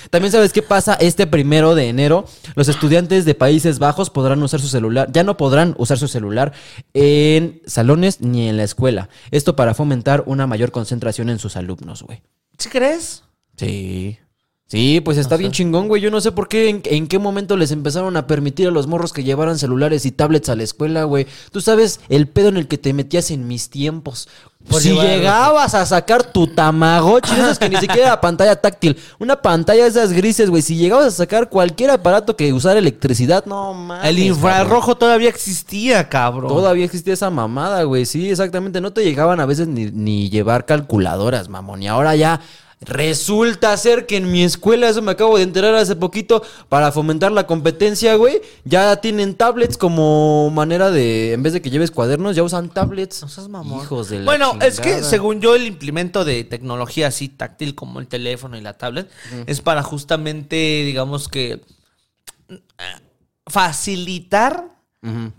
Speaker 1: También sabes qué pasa este primero de enero. Los estudiantes de Países Bajos podrán usar su celular, ya no podrán usar su celular en salones ni en la escuela. Esto para fomentar una mayor concentración en sus alumnos, güey.
Speaker 2: ¿Sí crees?
Speaker 1: Sí. Sí, pues está bien chingón, güey. Yo no sé por qué, en, en qué momento les empezaron a permitir a los morros que llevaran celulares y tablets a la escuela, güey. Tú sabes el pedo en el que te metías en mis tiempos.
Speaker 2: Por
Speaker 1: si
Speaker 2: llevar-
Speaker 1: llegabas a sacar tu tamagotchi, de esas que ni siquiera era pantalla táctil, una pantalla de esas grises, güey. Si llegabas a sacar cualquier aparato que usara electricidad, no mames.
Speaker 2: El
Speaker 1: cabrón.
Speaker 2: infrarrojo todavía existía, cabrón.
Speaker 1: Todavía existía esa mamada, güey. Sí, exactamente. No te llegaban a veces ni, ni llevar calculadoras, mamón. Y ahora ya resulta ser que en mi escuela, eso me acabo de enterar hace poquito, para fomentar la competencia, güey, ya tienen tablets como manera de, en vez de que lleves cuadernos, ya usan tablets.
Speaker 2: No seas mamón.
Speaker 1: Hijos de la
Speaker 2: bueno, es que
Speaker 1: chingada.
Speaker 2: según yo el implemento de tecnología así táctil como el teléfono y la tablet es para justamente, digamos que eh, facilitar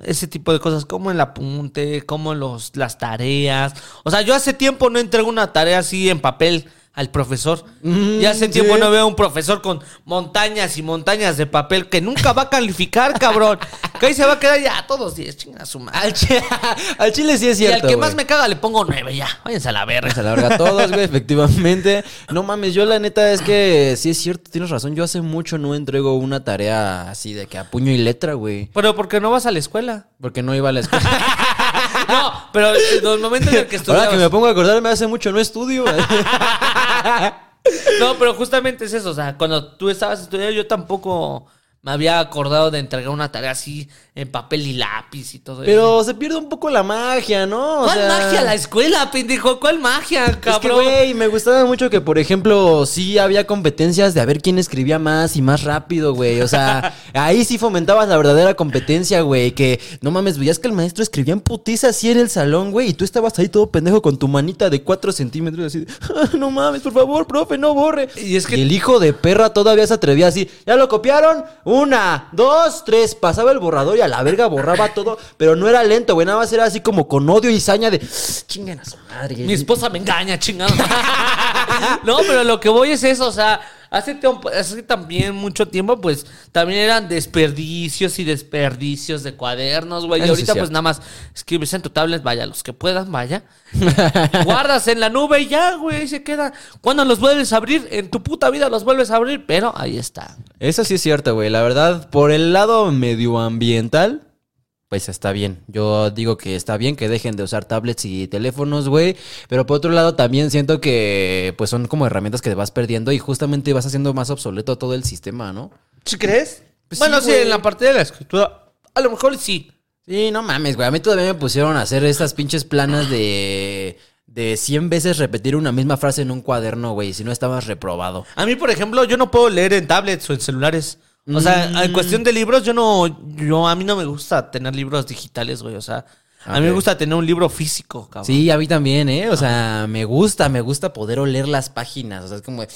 Speaker 2: ese tipo de cosas como el apunte, como los las tareas. O sea, yo hace tiempo no entrego una tarea así en papel. al profesor.
Speaker 1: Mm,
Speaker 2: ya hace tiempo no veo a un profesor con montañas y montañas de papel que nunca va a calificar, cabrón. que ahí se va a quedar ya a todos 10, chinga su madre.
Speaker 1: Al, chi- al chile sí es
Speaker 2: y
Speaker 1: cierto.
Speaker 2: al que más
Speaker 1: güey.
Speaker 2: me caga le pongo 9 ya. Váyanse a la verga.
Speaker 1: Se la verga a todos, güey, efectivamente. No mames, yo la neta es que sí es cierto, tienes razón. Yo hace mucho no entrego una tarea así de que a puño y letra, güey.
Speaker 2: Pero porque no vas a la escuela.
Speaker 1: Porque no iba a la escuela.
Speaker 2: No, pero en los momentos en el que estudiabas.
Speaker 1: Ahora que me pongo a acordarme, hace mucho no estudio.
Speaker 2: No, pero justamente es eso. O sea, cuando tú estabas estudiando, yo tampoco me había acordado de entregar una tarea así en papel y lápiz y todo eso.
Speaker 1: Pero se pierde un poco la magia, ¿no? O
Speaker 2: ¿Cuál
Speaker 1: sea,
Speaker 2: magia la escuela, pendejo? ¿Cuál magia,
Speaker 1: Es que,
Speaker 2: cabrón?
Speaker 1: güey, me gustaba mucho que, por ejemplo, sí había competencias de a ver quién escribía más y más rápido, güey. O sea, ahí sí fomentabas la verdadera competencia, güey. Que no mames, veías que el maestro escribía en putiza así en el salón, güey. Y tú estabas ahí todo pendejo con tu manita de 4 centímetros así. de, "Ah, no mames, por favor, profe, no borre.
Speaker 2: Y es que-
Speaker 1: el hijo de perra todavía se atrevía así. ¿Ya lo copiaron? Una, dos, tres. Pasaba el borrador y a la verga borraba todo. Pero no era lento, güey. Nada más era así como con odio y saña de... Chingan a su madre.
Speaker 2: Mi esposa me engaña, chingado. no, pero lo que voy es eso, o sea, hace, tiempo- hace también mucho tiempo, pues, también eran desperdicios y desperdicios de cuadernos, güey. Y
Speaker 1: Eso sí
Speaker 2: ahorita,
Speaker 1: es
Speaker 2: pues,
Speaker 1: cierto.
Speaker 2: nada más escribes en tu tablet, vaya, los que puedan, vaya. Guardas en la nube y ya, güey, ahí se queda. Cuando los vuelves a abrir? En tu puta vida los vuelves a abrir, pero ahí está.
Speaker 1: Eso sí es cierto, güey. La verdad, por el lado medioambiental, pues está bien. Yo digo que está bien que dejen de usar tablets y teléfonos, güey. Pero por otro lado, también siento que pues son como herramientas que te vas perdiendo y justamente vas haciendo más obsoleto todo el sistema, ¿no?
Speaker 2: ¿Sí crees?
Speaker 1: Pues
Speaker 2: bueno,
Speaker 1: sí,
Speaker 2: sí,
Speaker 1: güey.
Speaker 2: en la parte de la escritura, a lo mejor sí.
Speaker 1: Sí, no mames, güey. A mí todavía me pusieron a hacer estas pinches planas de... De 100 veces repetir una misma frase en un cuaderno, güey. Si no estabas reprobado.
Speaker 2: A mí, por ejemplo, yo no puedo leer en tablets o en celulares. O sea,
Speaker 1: Mm.
Speaker 2: en cuestión de libros, yo no, yo a mí no me gusta tener libros digitales, güey. O sea, a mí me
Speaker 1: Ok.
Speaker 2: gusta tener un libro físico, cabrón.
Speaker 1: Sí, a mí también, ¿eh? O sea, me gusta, me gusta poder oler las páginas. O sea, es como... de,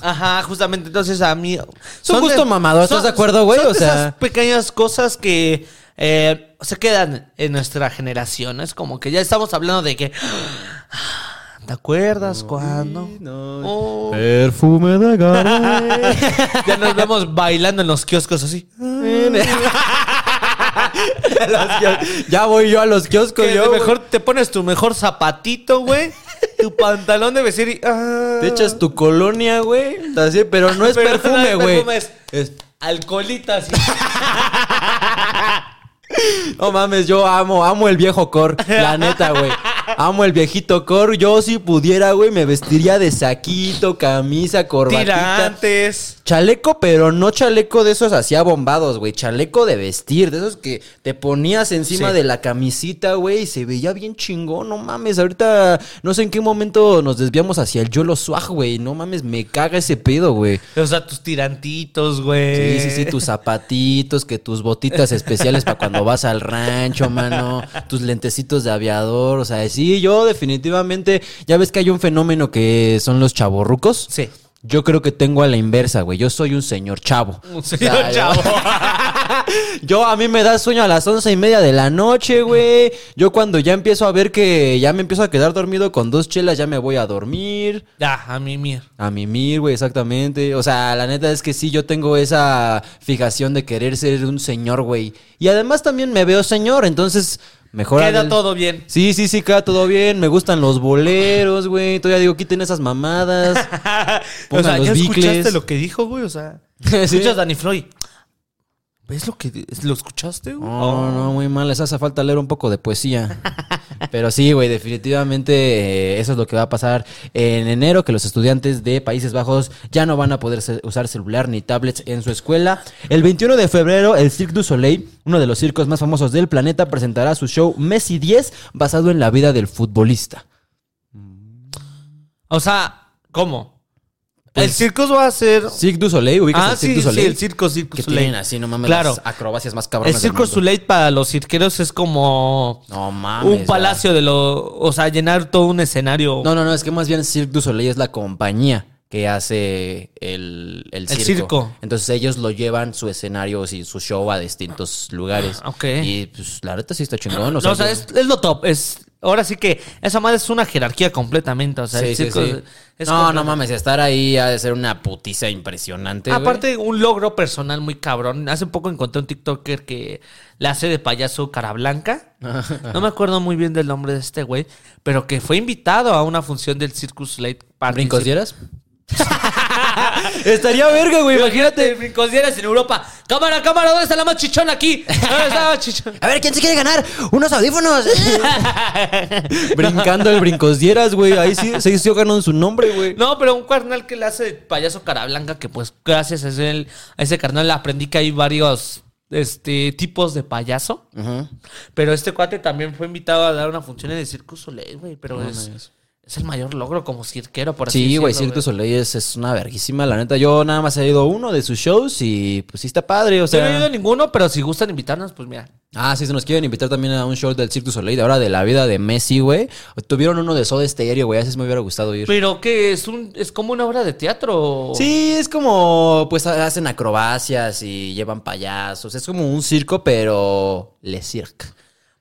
Speaker 2: Ajá, justamente. Entonces, a mí.
Speaker 1: un gusto mamador, ¿estás de acuerdo, güey?
Speaker 2: son
Speaker 1: O
Speaker 2: de
Speaker 1: sea-
Speaker 2: esas pequeñas cosas que eh, se quedan en nuestra generación. ¿no? Es como que ya estamos hablando de que. ¿Te acuerdas cuando? Oh.
Speaker 3: Perfume de Garay.
Speaker 2: Ya nos vemos bailando en los kioscos así.
Speaker 1: ya voy yo a los kioscos,
Speaker 2: Que
Speaker 1: yo.
Speaker 2: de
Speaker 1: güey.
Speaker 2: mejor te pones tu mejor zapatito, güey. tu pantalón de vestir y. ah.
Speaker 1: Te echas tu colonia, güey. Así, pero no es
Speaker 2: Pero no
Speaker 1: perfume,
Speaker 2: es
Speaker 1: güey.
Speaker 2: perfume, es-
Speaker 1: Es-
Speaker 2: Alcoholita así.
Speaker 1: No mames, yo amo, amo el viejo core. La neta, güey. Amo el viejito core. Yo si pudiera, güey, me vestiría de saquito, camisa, corbatita.
Speaker 2: Tirantes.
Speaker 1: Chaleco, pero no chaleco de esos así abombados, güey. Chaleco de vestir, de esos que te ponías encima
Speaker 2: Sí.
Speaker 1: de la camisita, güey, y se veía bien chingón. No mames, ahorita no sé en qué momento nos desviamos hacia el Yolo Swag, güey. No mames, me caga ese pedo, güey.
Speaker 2: O sea, tus tirantitos, güey.
Speaker 1: Sí, sí, sí, tus zapatitos, que tus botitas especiales para cuando vas al rancho, mano, tus lentecitos de aviador, o sea, sí, yo definitivamente, ya ves que hay un fenómeno que son los chavorrucos.
Speaker 2: Sí.
Speaker 1: Yo creo que tengo a la inversa, güey. Yo soy un señor chavo.
Speaker 2: Un señor chavo.
Speaker 1: Yo a mí me da sueño a las once y media de la noche, güey. Yo cuando ya empiezo a ver que ya me empiezo a quedar dormido con dos chelas, ya me voy a dormir.
Speaker 2: Ya, a mí, mía.
Speaker 1: A mimir, güey, exactamente. O sea, la neta es que sí, yo tengo esa fijación de querer ser un señor, güey. Y además también me veo señor, entonces mejor...
Speaker 2: Queda
Speaker 1: al-
Speaker 2: todo bien.
Speaker 1: Sí, sí, sí, queda todo bien. Me gustan los boleros, güey. Todavía digo, quiten esas mamadas.
Speaker 2: o
Speaker 1: Pongan
Speaker 2: sea,
Speaker 1: los
Speaker 2: ¿ya escuchaste
Speaker 1: bicles.
Speaker 2: lo que dijo, güey? O sea,
Speaker 1: Sí.
Speaker 2: escuchas a Danny Floyd. ¿Ves lo que lo escuchaste, güey?
Speaker 1: No, no, muy mal. Les hace falta leer un poco de poesía. Pero sí, güey, definitivamente eh, eso es lo que va a pasar en enero, que los estudiantes de Países Bajos ya no van a poder ce- usar celular ni tablets en su escuela. El 21 de febrero, el Cirque du Soleil, uno de los circos más famosos del planeta, presentará su show Messi 10, basado en la vida del futbolista.
Speaker 2: O sea, ¿cómo?
Speaker 1: Pues-
Speaker 2: el circo va a ser.
Speaker 1: Cirque du Soleil, ubicas
Speaker 2: Ah,
Speaker 1: el Cirque
Speaker 2: sí,
Speaker 1: du
Speaker 2: sí,
Speaker 1: Soleil.
Speaker 2: el circo, circo.
Speaker 1: que
Speaker 2: Soleil.
Speaker 1: tienen así, no mames,
Speaker 2: Claro.
Speaker 1: las acrobacias más
Speaker 2: El
Speaker 1: cabronas. del
Speaker 2: Circo
Speaker 1: mundo.
Speaker 2: Soleil para los cirqueros es como
Speaker 1: No mames.
Speaker 2: un
Speaker 1: ¿verdad?
Speaker 2: palacio de lo, o sea, llenar todo un escenario.
Speaker 1: No, no, no, es que más bien Cirque du Soleil es la compañía que hace el, el circo.
Speaker 2: circo.
Speaker 1: Entonces ellos lo llevan su escenario y su show a distintos lugares.
Speaker 2: Ah, ok.
Speaker 1: Y pues la neta sí está chingón.
Speaker 2: No,
Speaker 1: O sea,
Speaker 2: o sea,
Speaker 1: yo-
Speaker 2: es, es lo top, es Ahora sí que esa madre es una jerarquía completamente. O sea,
Speaker 1: Sí,
Speaker 2: el
Speaker 1: sí,
Speaker 2: circo
Speaker 1: sí.
Speaker 2: es
Speaker 1: No,
Speaker 2: completo.
Speaker 1: no mames, estar ahí ha de ser una putiza impresionante. güey.
Speaker 2: Aparte, un logro personal muy cabrón. Hace poco encontré un TikToker que la hace de payaso cara blanca. No me acuerdo muy bien del nombre de este güey, pero que fue invitado a una función del Circus Late Party.
Speaker 1: ¿Brincos dieras? Estaría verga, güey,
Speaker 2: Imagínate,
Speaker 1: imagínate.
Speaker 2: brincos dieras en Europa. Cámara, cámara, ¿dónde está la más chichona aquí? ¿Dónde está la más chichona?
Speaker 4: A ver, ¿quién se quiere ganar? Unos audífonos.
Speaker 1: Brincando el brincos dieras, güey. Ahí sí se hizo ganando su nombre, güey.
Speaker 2: No, pero un carnal que le hace de payaso cara blanca, que pues gracias a ese, a ese carnal aprendí que hay varios este, tipos de payaso. Pero este cuate también fue invitado a dar una función en el Circo Soleil, güey. Pero es, es el mayor logro como cirquero, por así
Speaker 1: Sí, güey,
Speaker 2: decirlo,
Speaker 1: Circo Soleil es, es una verguísima, la neta. Yo nada más he ido a uno de sus shows y pues sí está padre, o
Speaker 2: Yo no he ido a
Speaker 1: sea.
Speaker 2: ninguno, pero si gustan invitarnos, pues mira.
Speaker 1: Ah, sí, se nos quieren invitar también a un show del Circo Soleil de ahora de la vida de Messi, güey. Tuvieron uno de Soda Stereo, güey, así me hubiera gustado ir. Oh.
Speaker 2: Pero que es un es como una obra de teatro.
Speaker 1: Sí, es como, pues hacen acrobacias y llevan payasos. Es como un circo, pero le cirque.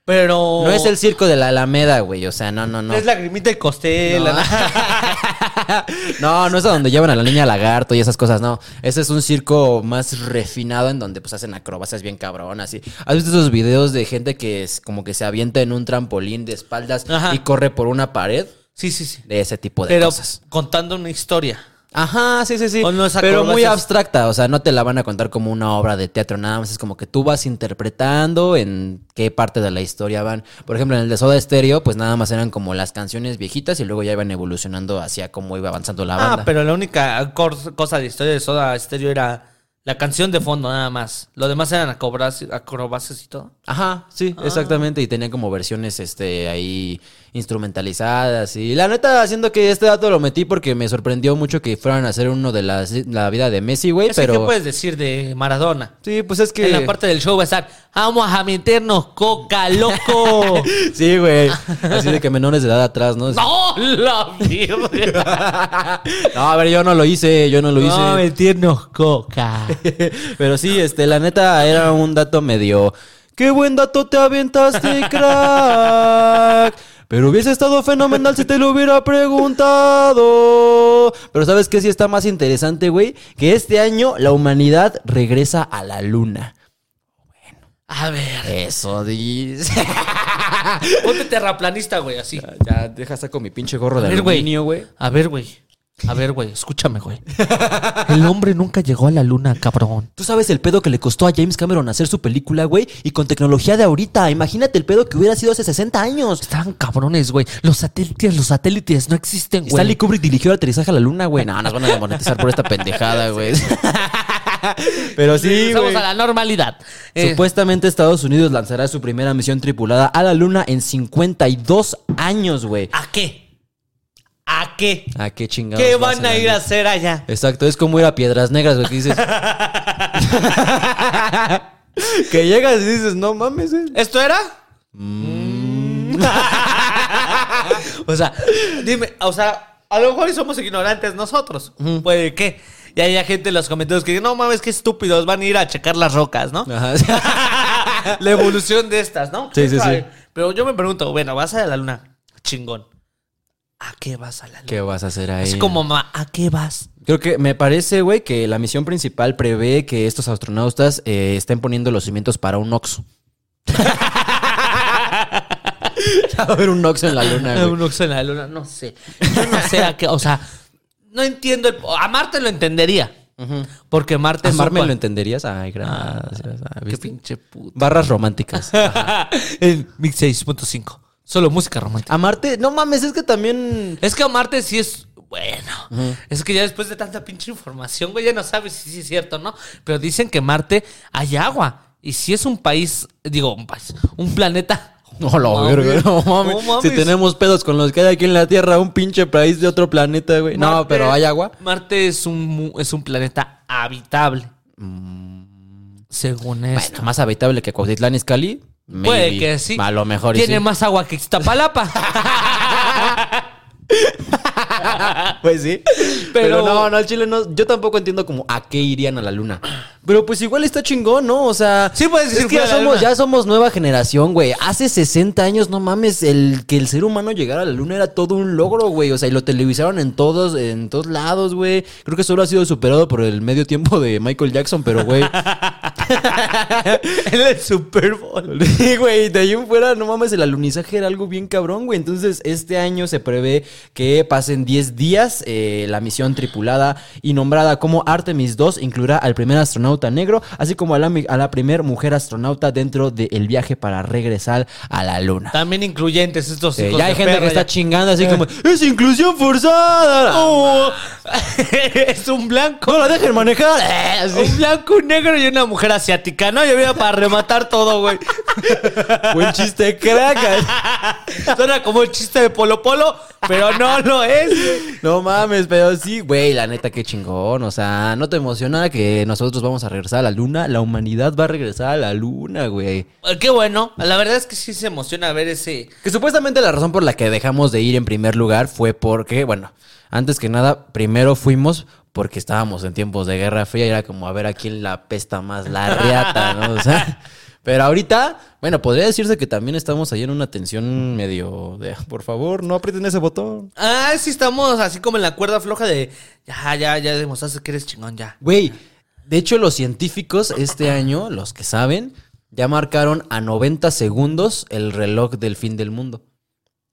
Speaker 2: Pero.
Speaker 1: No es el circo de la Alameda, güey. O sea, no, no, no.
Speaker 2: Es lagrimita y costela.
Speaker 1: No. No, no es a donde llevan a la niña lagarto y esas cosas, no. Ese es un circo más refinado en donde pues hacen acrobacias bien cabronas. y- ¿Has visto esos videos de gente que es como que se avienta en un trampolín de espaldas
Speaker 2: Ajá.
Speaker 1: y corre por una pared?
Speaker 2: Sí, sí, sí.
Speaker 1: De ese tipo de
Speaker 2: Pero
Speaker 1: cosas.
Speaker 2: contando una historia.
Speaker 1: Ajá, sí, sí, sí.
Speaker 2: O no es
Speaker 1: Pero muy
Speaker 2: acrobacias.
Speaker 1: abstracta, o sea, no te la van a contar como una obra de teatro, nada más es como que tú vas interpretando en qué parte de la historia van. Por ejemplo, en el de Soda Stereo, pues nada más eran como las canciones viejitas y luego ya iban evolucionando hacia cómo iba avanzando la banda.
Speaker 2: Ah, pero la única cor- cosa de historia de Soda Stereo era la canción de fondo, nada más. Lo demás eran acrobacias, acrobacias y todo.
Speaker 1: Ajá, sí,
Speaker 2: Ah.
Speaker 1: exactamente. Y tenía como versiones este ahí instrumentalizadas. Y la neta, haciendo que este dato lo metí porque me sorprendió mucho que fueran a hacer uno de las, la vida de Messi, güey.
Speaker 2: Es que,
Speaker 1: Pero.
Speaker 2: ¿Qué puedes decir de Maradona?
Speaker 1: Sí, pues es que.
Speaker 2: En la parte del show va a estar, vamos a meternos coca, loco.
Speaker 1: Sí, güey. Así de que menores de edad atrás, ¿no?
Speaker 2: ¡No, la mierda!
Speaker 1: No, a ver, yo no lo hice, yo no lo hice.
Speaker 2: Vamos a meternos coca.
Speaker 1: Pero sí, este, la neta era un dato medio. ¡Qué buen dato te aventaste, crack! Pero hubiese estado fenomenal si te lo hubiera preguntado. Pero ¿sabes qué sí está más interesante, güey? Que este año la humanidad regresa a la luna.
Speaker 2: A ver,
Speaker 1: Eso dice.
Speaker 2: ponte terraplanista, güey, así.
Speaker 1: Ya, deja saco mi pinche gorro de
Speaker 2: A ver, güey.
Speaker 1: aluminio, güey.
Speaker 2: A ver, güey. A ver, güey, escúchame, güey. El hombre nunca llegó a la luna, cabrón.
Speaker 1: ¿Tú sabes el pedo que le costó a James Cameron hacer su película, güey? Y con tecnología de ahorita. Imagínate el pedo que hubiera sido hace 60 años.
Speaker 2: Estaban cabrones, güey. Los satélites, los satélites no existen, güey.
Speaker 1: Stanley Kubrick dirigió el aterrizaje a la luna, güey. No, nos van a demonetizar por esta pendejada, güey. Pero sí,
Speaker 2: Regresamos
Speaker 1: güey.
Speaker 2: a la normalidad. Eh,
Speaker 1: Supuestamente Estados Unidos lanzará su primera misión tripulada a la luna en 52 años, güey.
Speaker 2: ¿A qué? ¿A qué?
Speaker 1: ¿A qué chingados?
Speaker 2: ¿Qué
Speaker 1: vas
Speaker 2: van a ir a hacer allá?
Speaker 1: Exacto, es como ir a Piedras Negras, güey, que dices... que llegas y dices, no mames, güey.
Speaker 2: ¿Esto era? Mm. o sea, dime, o sea, a lo mejor somos ignorantes nosotros. Puede que. Y hay gente en los comentarios que dice, no mames, qué estúpidos, van a ir a checar las rocas, ¿no?
Speaker 1: Ajá.
Speaker 2: la evolución de estas, ¿no?
Speaker 1: Sí, sí, sí.
Speaker 2: Ay, Pero yo me pregunto, bueno, vas a la luna, chingón. ¿A qué vas a la luna?
Speaker 1: ¿Qué vas a hacer ahí?
Speaker 2: Es como, ma, ¿a qué vas?
Speaker 1: Creo que me parece, güey, que la misión principal prevé que estos astronautas eh, estén poniendo los cimientos para un Oxxo. Va a haber un Oxxo en la luna, güey.
Speaker 2: Un oxo en la luna, no sé. Yo no sé a qué, o sea, no entiendo. el- a Marte lo entendería. Porque Marte es un
Speaker 1: Amarme
Speaker 2: pa-
Speaker 1: lo entenderías. Ay, gracias. Ah,
Speaker 2: Qué
Speaker 1: ¿viste?
Speaker 2: pinche puto.
Speaker 1: Barras románticas.
Speaker 2: en Mix 6.5. Solo música romántica.
Speaker 1: Amarte, no mames, es que también.
Speaker 2: Es que a Marte sí es. Bueno, es que ya después de tanta pinche información, güey, ya no sabes si sí es cierto, ¿no? Pero dicen que Marte hay agua. Y si es un país, digo, un país, un planeta.
Speaker 1: No, la
Speaker 2: Mames.
Speaker 1: verga, no mames.
Speaker 2: No mames.
Speaker 1: Si tenemos pedos con los que hay aquí en la Tierra, un pinche país de otro planeta, güey. No,
Speaker 2: Marte-
Speaker 1: pero hay agua.
Speaker 2: Marte es un, mu- es un planeta habitable. Según esto.
Speaker 1: Mm. Bueno, más habitable que Cuautitlán Izcalli.
Speaker 2: Puede
Speaker 1: maybe.
Speaker 2: que sí.
Speaker 1: A lo mejor y
Speaker 2: Tiene
Speaker 1: sí.
Speaker 2: más agua que Iztapalapa.
Speaker 1: pues sí. Pero, no, no, al chile no. Yo tampoco entiendo como a qué irían a la luna. Pero pues igual está chingón, ¿no? O sea.
Speaker 2: Sí, puedes decir,
Speaker 1: es
Speaker 2: fui
Speaker 1: que ya
Speaker 2: a la
Speaker 1: somos,
Speaker 2: luna.
Speaker 1: ya somos nueva generación, güey. Hace 60 años, no mames, el que el ser humano llegara a la luna era todo un logro, güey. O sea, y lo televisaron en todos, en todos lados, güey. Creo que solo ha sido superado por el medio tiempo de Michael Jackson, pero güey.
Speaker 2: en el Super Bowl.
Speaker 1: Sí, güey, de ahí en fuera, no mames, el alunizaje era algo bien cabrón, güey. Entonces, este año se prevé que pasen 10 días. eh, la misión tripulada y nombrada como Artemis 2 incluirá al primer astronauta negro, así como a la, mi- a la primer mujer astronauta dentro del viaje para regresar a la luna.
Speaker 2: También incluyentes estos
Speaker 1: Eh,
Speaker 2: hijos
Speaker 1: ya hay
Speaker 2: de
Speaker 1: gente
Speaker 2: perra,
Speaker 1: que está
Speaker 2: ya. Eh.
Speaker 1: chingando así como, ¡es inclusión forzada!
Speaker 2: Oh, es un blanco.
Speaker 1: ¡No la dejen manejar! Eh, así.
Speaker 2: Un blanco, un negro y una mujer asiática. No, yo vine para rematar todo, güey.
Speaker 1: Buen chiste, crack.
Speaker 2: Suena como el chiste de Polo Polo, pero no lo es.
Speaker 1: No mames, pero sí, güey, la neta, qué chingón. O sea, ¿no te emociona que nosotros vamos a regresar a la luna? La humanidad va a regresar a la luna, güey.
Speaker 2: Eh, Qué bueno. La verdad es que sí se emociona ver ese.
Speaker 1: Que supuestamente la razón por la que dejamos de ir en primer lugar fue porque, bueno, antes que nada, primero fuimos porque estábamos en tiempos de Guerra Fría y era como a ver a quién la pesta más la riata, ¿no? O sea, pero ahorita, bueno, podría decirse que también estamos ahí en una tensión medio de, "Ah, por favor, no aprieten ese botón.
Speaker 2: Ah, sí, estamos así como en la cuerda floja de. Ya, ya, ya demostraste que eres chingón, ya.
Speaker 1: Güey, de hecho los científicos este año, los que saben, ya marcaron a 90 segundos el reloj del fin del mundo.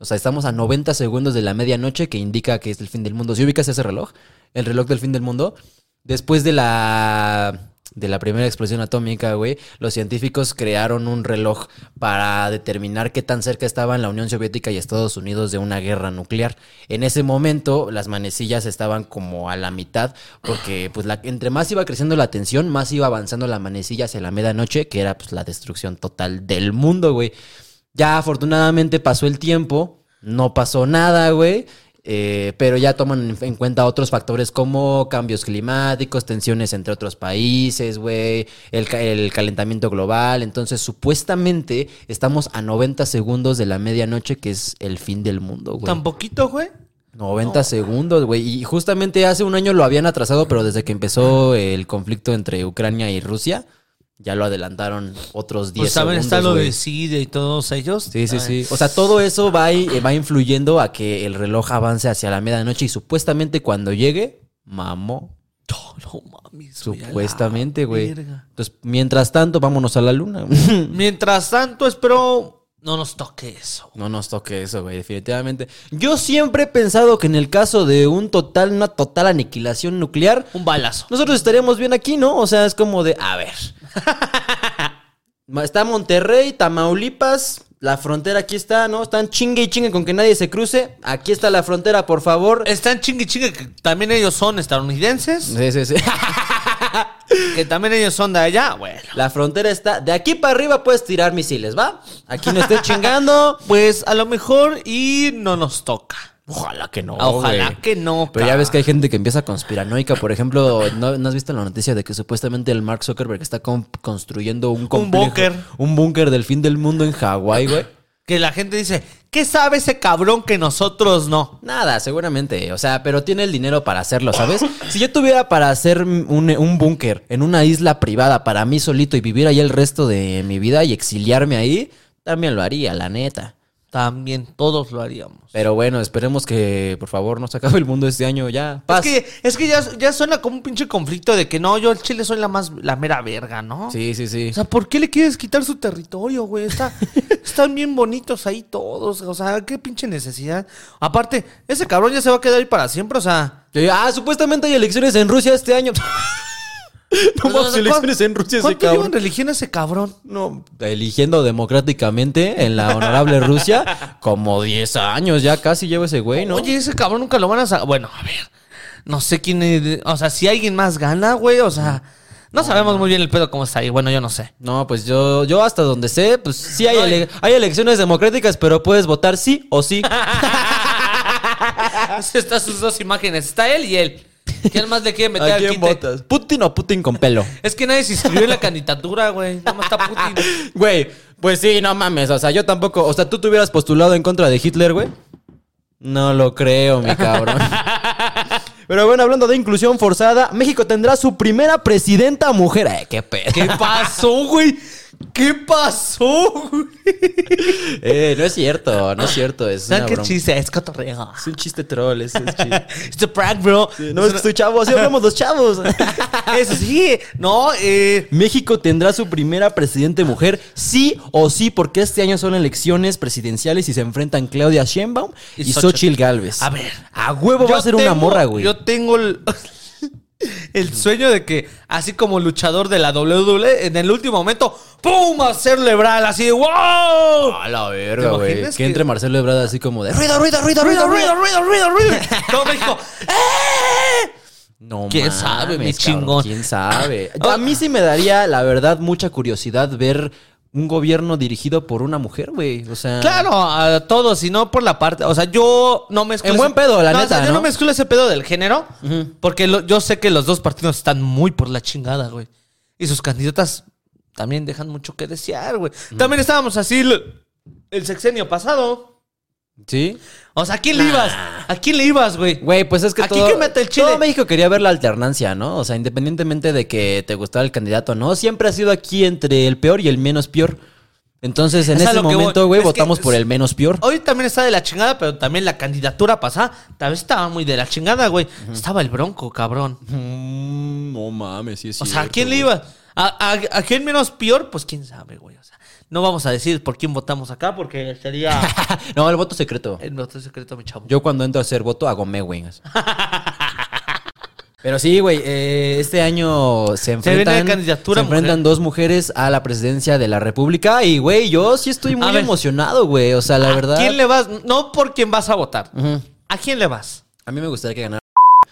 Speaker 1: O sea, estamos a 90 segundos de la medianoche que indica que es el fin del mundo. Si ubicas ese reloj, el reloj del fin del mundo, después de la de la primera explosión atómica, güey, los científicos crearon un reloj para determinar qué tan cerca estaban la Unión Soviética y Estados Unidos de una guerra nuclear. En ese momento, las manecillas estaban como a la mitad, porque pues la, entre más iba creciendo la tensión, más iba avanzando la manecilla hacia la medianoche, que era pues la destrucción total del mundo, güey. Ya afortunadamente pasó el tiempo, no pasó nada, güey. eh, pero ya toman en- en cuenta otros factores como cambios climáticos, tensiones entre otros países, güey, el, ca- el calentamiento global. Entonces, supuestamente estamos a 90 segundos de la medianoche, que es el fin del mundo, güey.
Speaker 2: Tan poquito, güey.
Speaker 1: 90 segundos, güey. Y justamente hace un año lo habían atrasado, pero desde que empezó el conflicto entre Ucrania y Rusia, ya lo adelantaron otros 10
Speaker 2: Pues también
Speaker 1: segundos.
Speaker 2: está lo
Speaker 1: güey.
Speaker 2: de CIDE y todos ellos.
Speaker 1: Sí, sí,
Speaker 2: Ay.
Speaker 1: sí. O sea, todo eso va, i- eh, va influyendo a que el reloj avance hacia la medianoche y supuestamente cuando llegue, mamó.
Speaker 2: No, no mames. güey, a la
Speaker 1: Supuestamente, güey.
Speaker 2: verga.
Speaker 1: Entonces, mientras tanto, vámonos a la luna.
Speaker 2: Mientras tanto, espero no nos toque eso.
Speaker 1: No nos toque eso, güey, definitivamente. Yo siempre he pensado que en el caso de un total, una total aniquilación nuclear,
Speaker 2: Un balazo.
Speaker 1: nosotros estaríamos bien aquí, ¿no? O sea, es como de, a ver. Ma- Está Monterrey, Tamaulipas, la frontera aquí está, ¿no? Están chingue y chingue con que nadie se cruce. Aquí está la frontera, por favor.
Speaker 2: Están chingui chingue que también ellos son estadounidenses.
Speaker 1: Sí, sí, sí.
Speaker 2: Que también ellos son de allá. Bueno.
Speaker 1: La frontera está. De aquí para arriba puedes tirar misiles, ¿va? Aquí no estés chingando.
Speaker 2: Pues a lo mejor y no nos toca.
Speaker 1: Ojalá que no.
Speaker 2: Ojalá
Speaker 1: güey.
Speaker 2: que no.
Speaker 1: Pero ya
Speaker 2: ca-
Speaker 1: ves que hay gente que empieza conspiranoica. Por ejemplo, ¿no, no has visto la noticia de que supuestamente el Mark Zuckerberg está con- construyendo un complejo?
Speaker 2: búnker.
Speaker 1: Un búnker del fin del mundo en Hawái, güey.
Speaker 2: que la gente dice, ¿qué sabe ese cabrón que nosotros no?
Speaker 1: Nada, seguramente. O sea, pero tiene el dinero para hacerlo, ¿sabes? Si yo tuviera para hacer un, un búnker en una isla privada para mí solito y vivir ahí el resto de mi vida y exiliarme ahí, también lo haría, la neta.
Speaker 2: También todos lo haríamos.
Speaker 1: Pero bueno, esperemos que por favor no se acabe el mundo este año ya. Paz.
Speaker 2: Es que, es que ya, ya suena como un pinche conflicto de que no, yo al Chile soy la más la mera verga, ¿no?
Speaker 1: Sí, sí, sí.
Speaker 2: O sea, ¿por qué le quieres quitar su territorio, güey? Está- están bien bonitos ahí todos. O sea, qué pinche necesidad. Aparte, ese cabrón ya se va a quedar ahí para siempre, o sea.
Speaker 1: Sí, Ah, supuestamente hay elecciones en Rusia este año. no
Speaker 2: o
Speaker 1: más
Speaker 2: sea,
Speaker 1: elecciones
Speaker 2: ¿cuán-
Speaker 1: en Rusia ese
Speaker 2: ¿Cuánto lleva
Speaker 1: cabrón.
Speaker 2: en religión ese cabrón?
Speaker 1: No, eligiendo democráticamente en la honorable Rusia como 10 años ya casi lleva ese güey, ¿no?
Speaker 2: Oye, ese cabrón nunca lo van a sacar. Bueno, a ver. No sé quién. es- O sea, si alguien más gana, güey. O sea, no sabemos muy bien el pedo cómo está ahí. Bueno, yo no sé.
Speaker 1: No, pues yo, yo hasta donde sé, pues sí hay, ele- hay elecciones democráticas, pero puedes votar sí o sí.
Speaker 2: Ah, Están sus dos imágenes. Está él y él. ¿Quién más le quiere meter al quite?
Speaker 1: ¿Putin o Putin con pelo?
Speaker 2: Es que nadie se inscribió en la candidatura, güey. Nada más está Putin.
Speaker 1: Güey, pues sí, no mames. O sea, yo tampoco. O sea, tú te hubieras postulado en contra de Hitler, güey. No lo creo, mi cabrón. Pero bueno, hablando de inclusión forzada, México tendrá su primera presidenta mujer. Eh, qué pedo.
Speaker 2: ¿Qué pasó, güey? ¿Qué pasó, güey?
Speaker 1: Eh, no es cierto, no es cierto. Es, una
Speaker 2: ¿Sabes qué
Speaker 1: broma.
Speaker 2: chiste? Es cotorreo.
Speaker 1: es un chiste troll, es, es chiste.
Speaker 2: It's a prank, bro.
Speaker 1: No es que soy chavo, así hablamos los chavos.
Speaker 2: Eso sí. No, eh.
Speaker 1: México tendrá su primera presidente mujer, sí o sí, porque este año son elecciones presidenciales y se enfrentan Claudia Sheinbaum
Speaker 2: Y
Speaker 1: y,
Speaker 2: Xochitl.
Speaker 1: Xochitl Galvez.
Speaker 2: A ver.
Speaker 1: a huevo va
Speaker 2: yo
Speaker 1: a ser una
Speaker 2: tengo-
Speaker 1: morra, güey.
Speaker 2: Yo tengo el, el sueño de que, así como luchador de la WWE, en el último momento, ¡pum! Hacerle bral así de ¡wow!
Speaker 1: A la verga,
Speaker 2: güey.
Speaker 1: güey. Que,
Speaker 2: que-
Speaker 1: entre Marcelo Ebrard así como de ruido, ruido, ruido,
Speaker 2: ¡Ruido,
Speaker 1: ruido,
Speaker 2: ruido, ruido, ruido, ruido! Todo México. ¡eh!
Speaker 1: No
Speaker 2: ¿Quién
Speaker 1: mames,
Speaker 2: sabe, mi
Speaker 1: cabrón,
Speaker 2: chingón?
Speaker 1: ¿Quién sabe? A mí sí me daría, la verdad, mucha curiosidad ver un gobierno dirigido por una mujer, güey. O sea...
Speaker 2: Claro, a todos, y no por la parte. O sea, yo no mezclo.
Speaker 1: En
Speaker 2: ese-
Speaker 1: buen pedo, la
Speaker 2: No, o
Speaker 1: neta,
Speaker 2: sea, Yo no
Speaker 1: ¿no?
Speaker 2: mezclo ese pedo del género, porque lo- yo sé que los dos partidos están muy por la chingada, güey. Y sus candidatas también dejan mucho que desear, güey. También estábamos así lo- el sexenio pasado.
Speaker 1: ¿Sí?
Speaker 2: O sea, ¿a quién le ibas? ¿A quién le ibas, güey?
Speaker 1: Güey, pues es que
Speaker 2: Aquí
Speaker 1: todo,
Speaker 2: que mete el chile.
Speaker 1: todo México quería ver la alternancia, ¿no? O sea, independientemente de que te gustara el candidato, ¿no? Siempre ha sido aquí entre el peor y el menos peor. Entonces, en
Speaker 2: Es a
Speaker 1: ese
Speaker 2: lo que
Speaker 1: momento,
Speaker 2: voy.
Speaker 1: güey,
Speaker 2: Es que
Speaker 1: votamos por
Speaker 2: es- Oh.
Speaker 1: el menos peor.
Speaker 2: Hoy también está de la chingada, pero también la candidatura pasada también estaba muy de la chingada, güey. Estaba el bronco, cabrón.
Speaker 1: Mm, no mames, sí es
Speaker 2: O sea, ¿a quién le iba? ¿A, a, a quién menos peor? Pues quién sabe, güey. O sea, no vamos a decir por quién votamos acá porque sería
Speaker 1: no, el voto secreto.
Speaker 2: el nuestro secreto, mi chavo.
Speaker 1: Yo cuando entro a hacer voto hago me, güey. Pero sí, güey, eh, este año se
Speaker 2: viene la
Speaker 1: enfrentan,
Speaker 2: candidatura,
Speaker 1: se enfrentan
Speaker 2: mujer.
Speaker 1: dos mujeres a la presidencia de la República y, güey, yo sí estoy muy
Speaker 2: ver.
Speaker 1: emocionado, güey. O sea, la verdad,
Speaker 2: ¿A quién le vas? No por quién vas a votar. ¿A quién le vas?
Speaker 1: a mí me gustaría que ganara.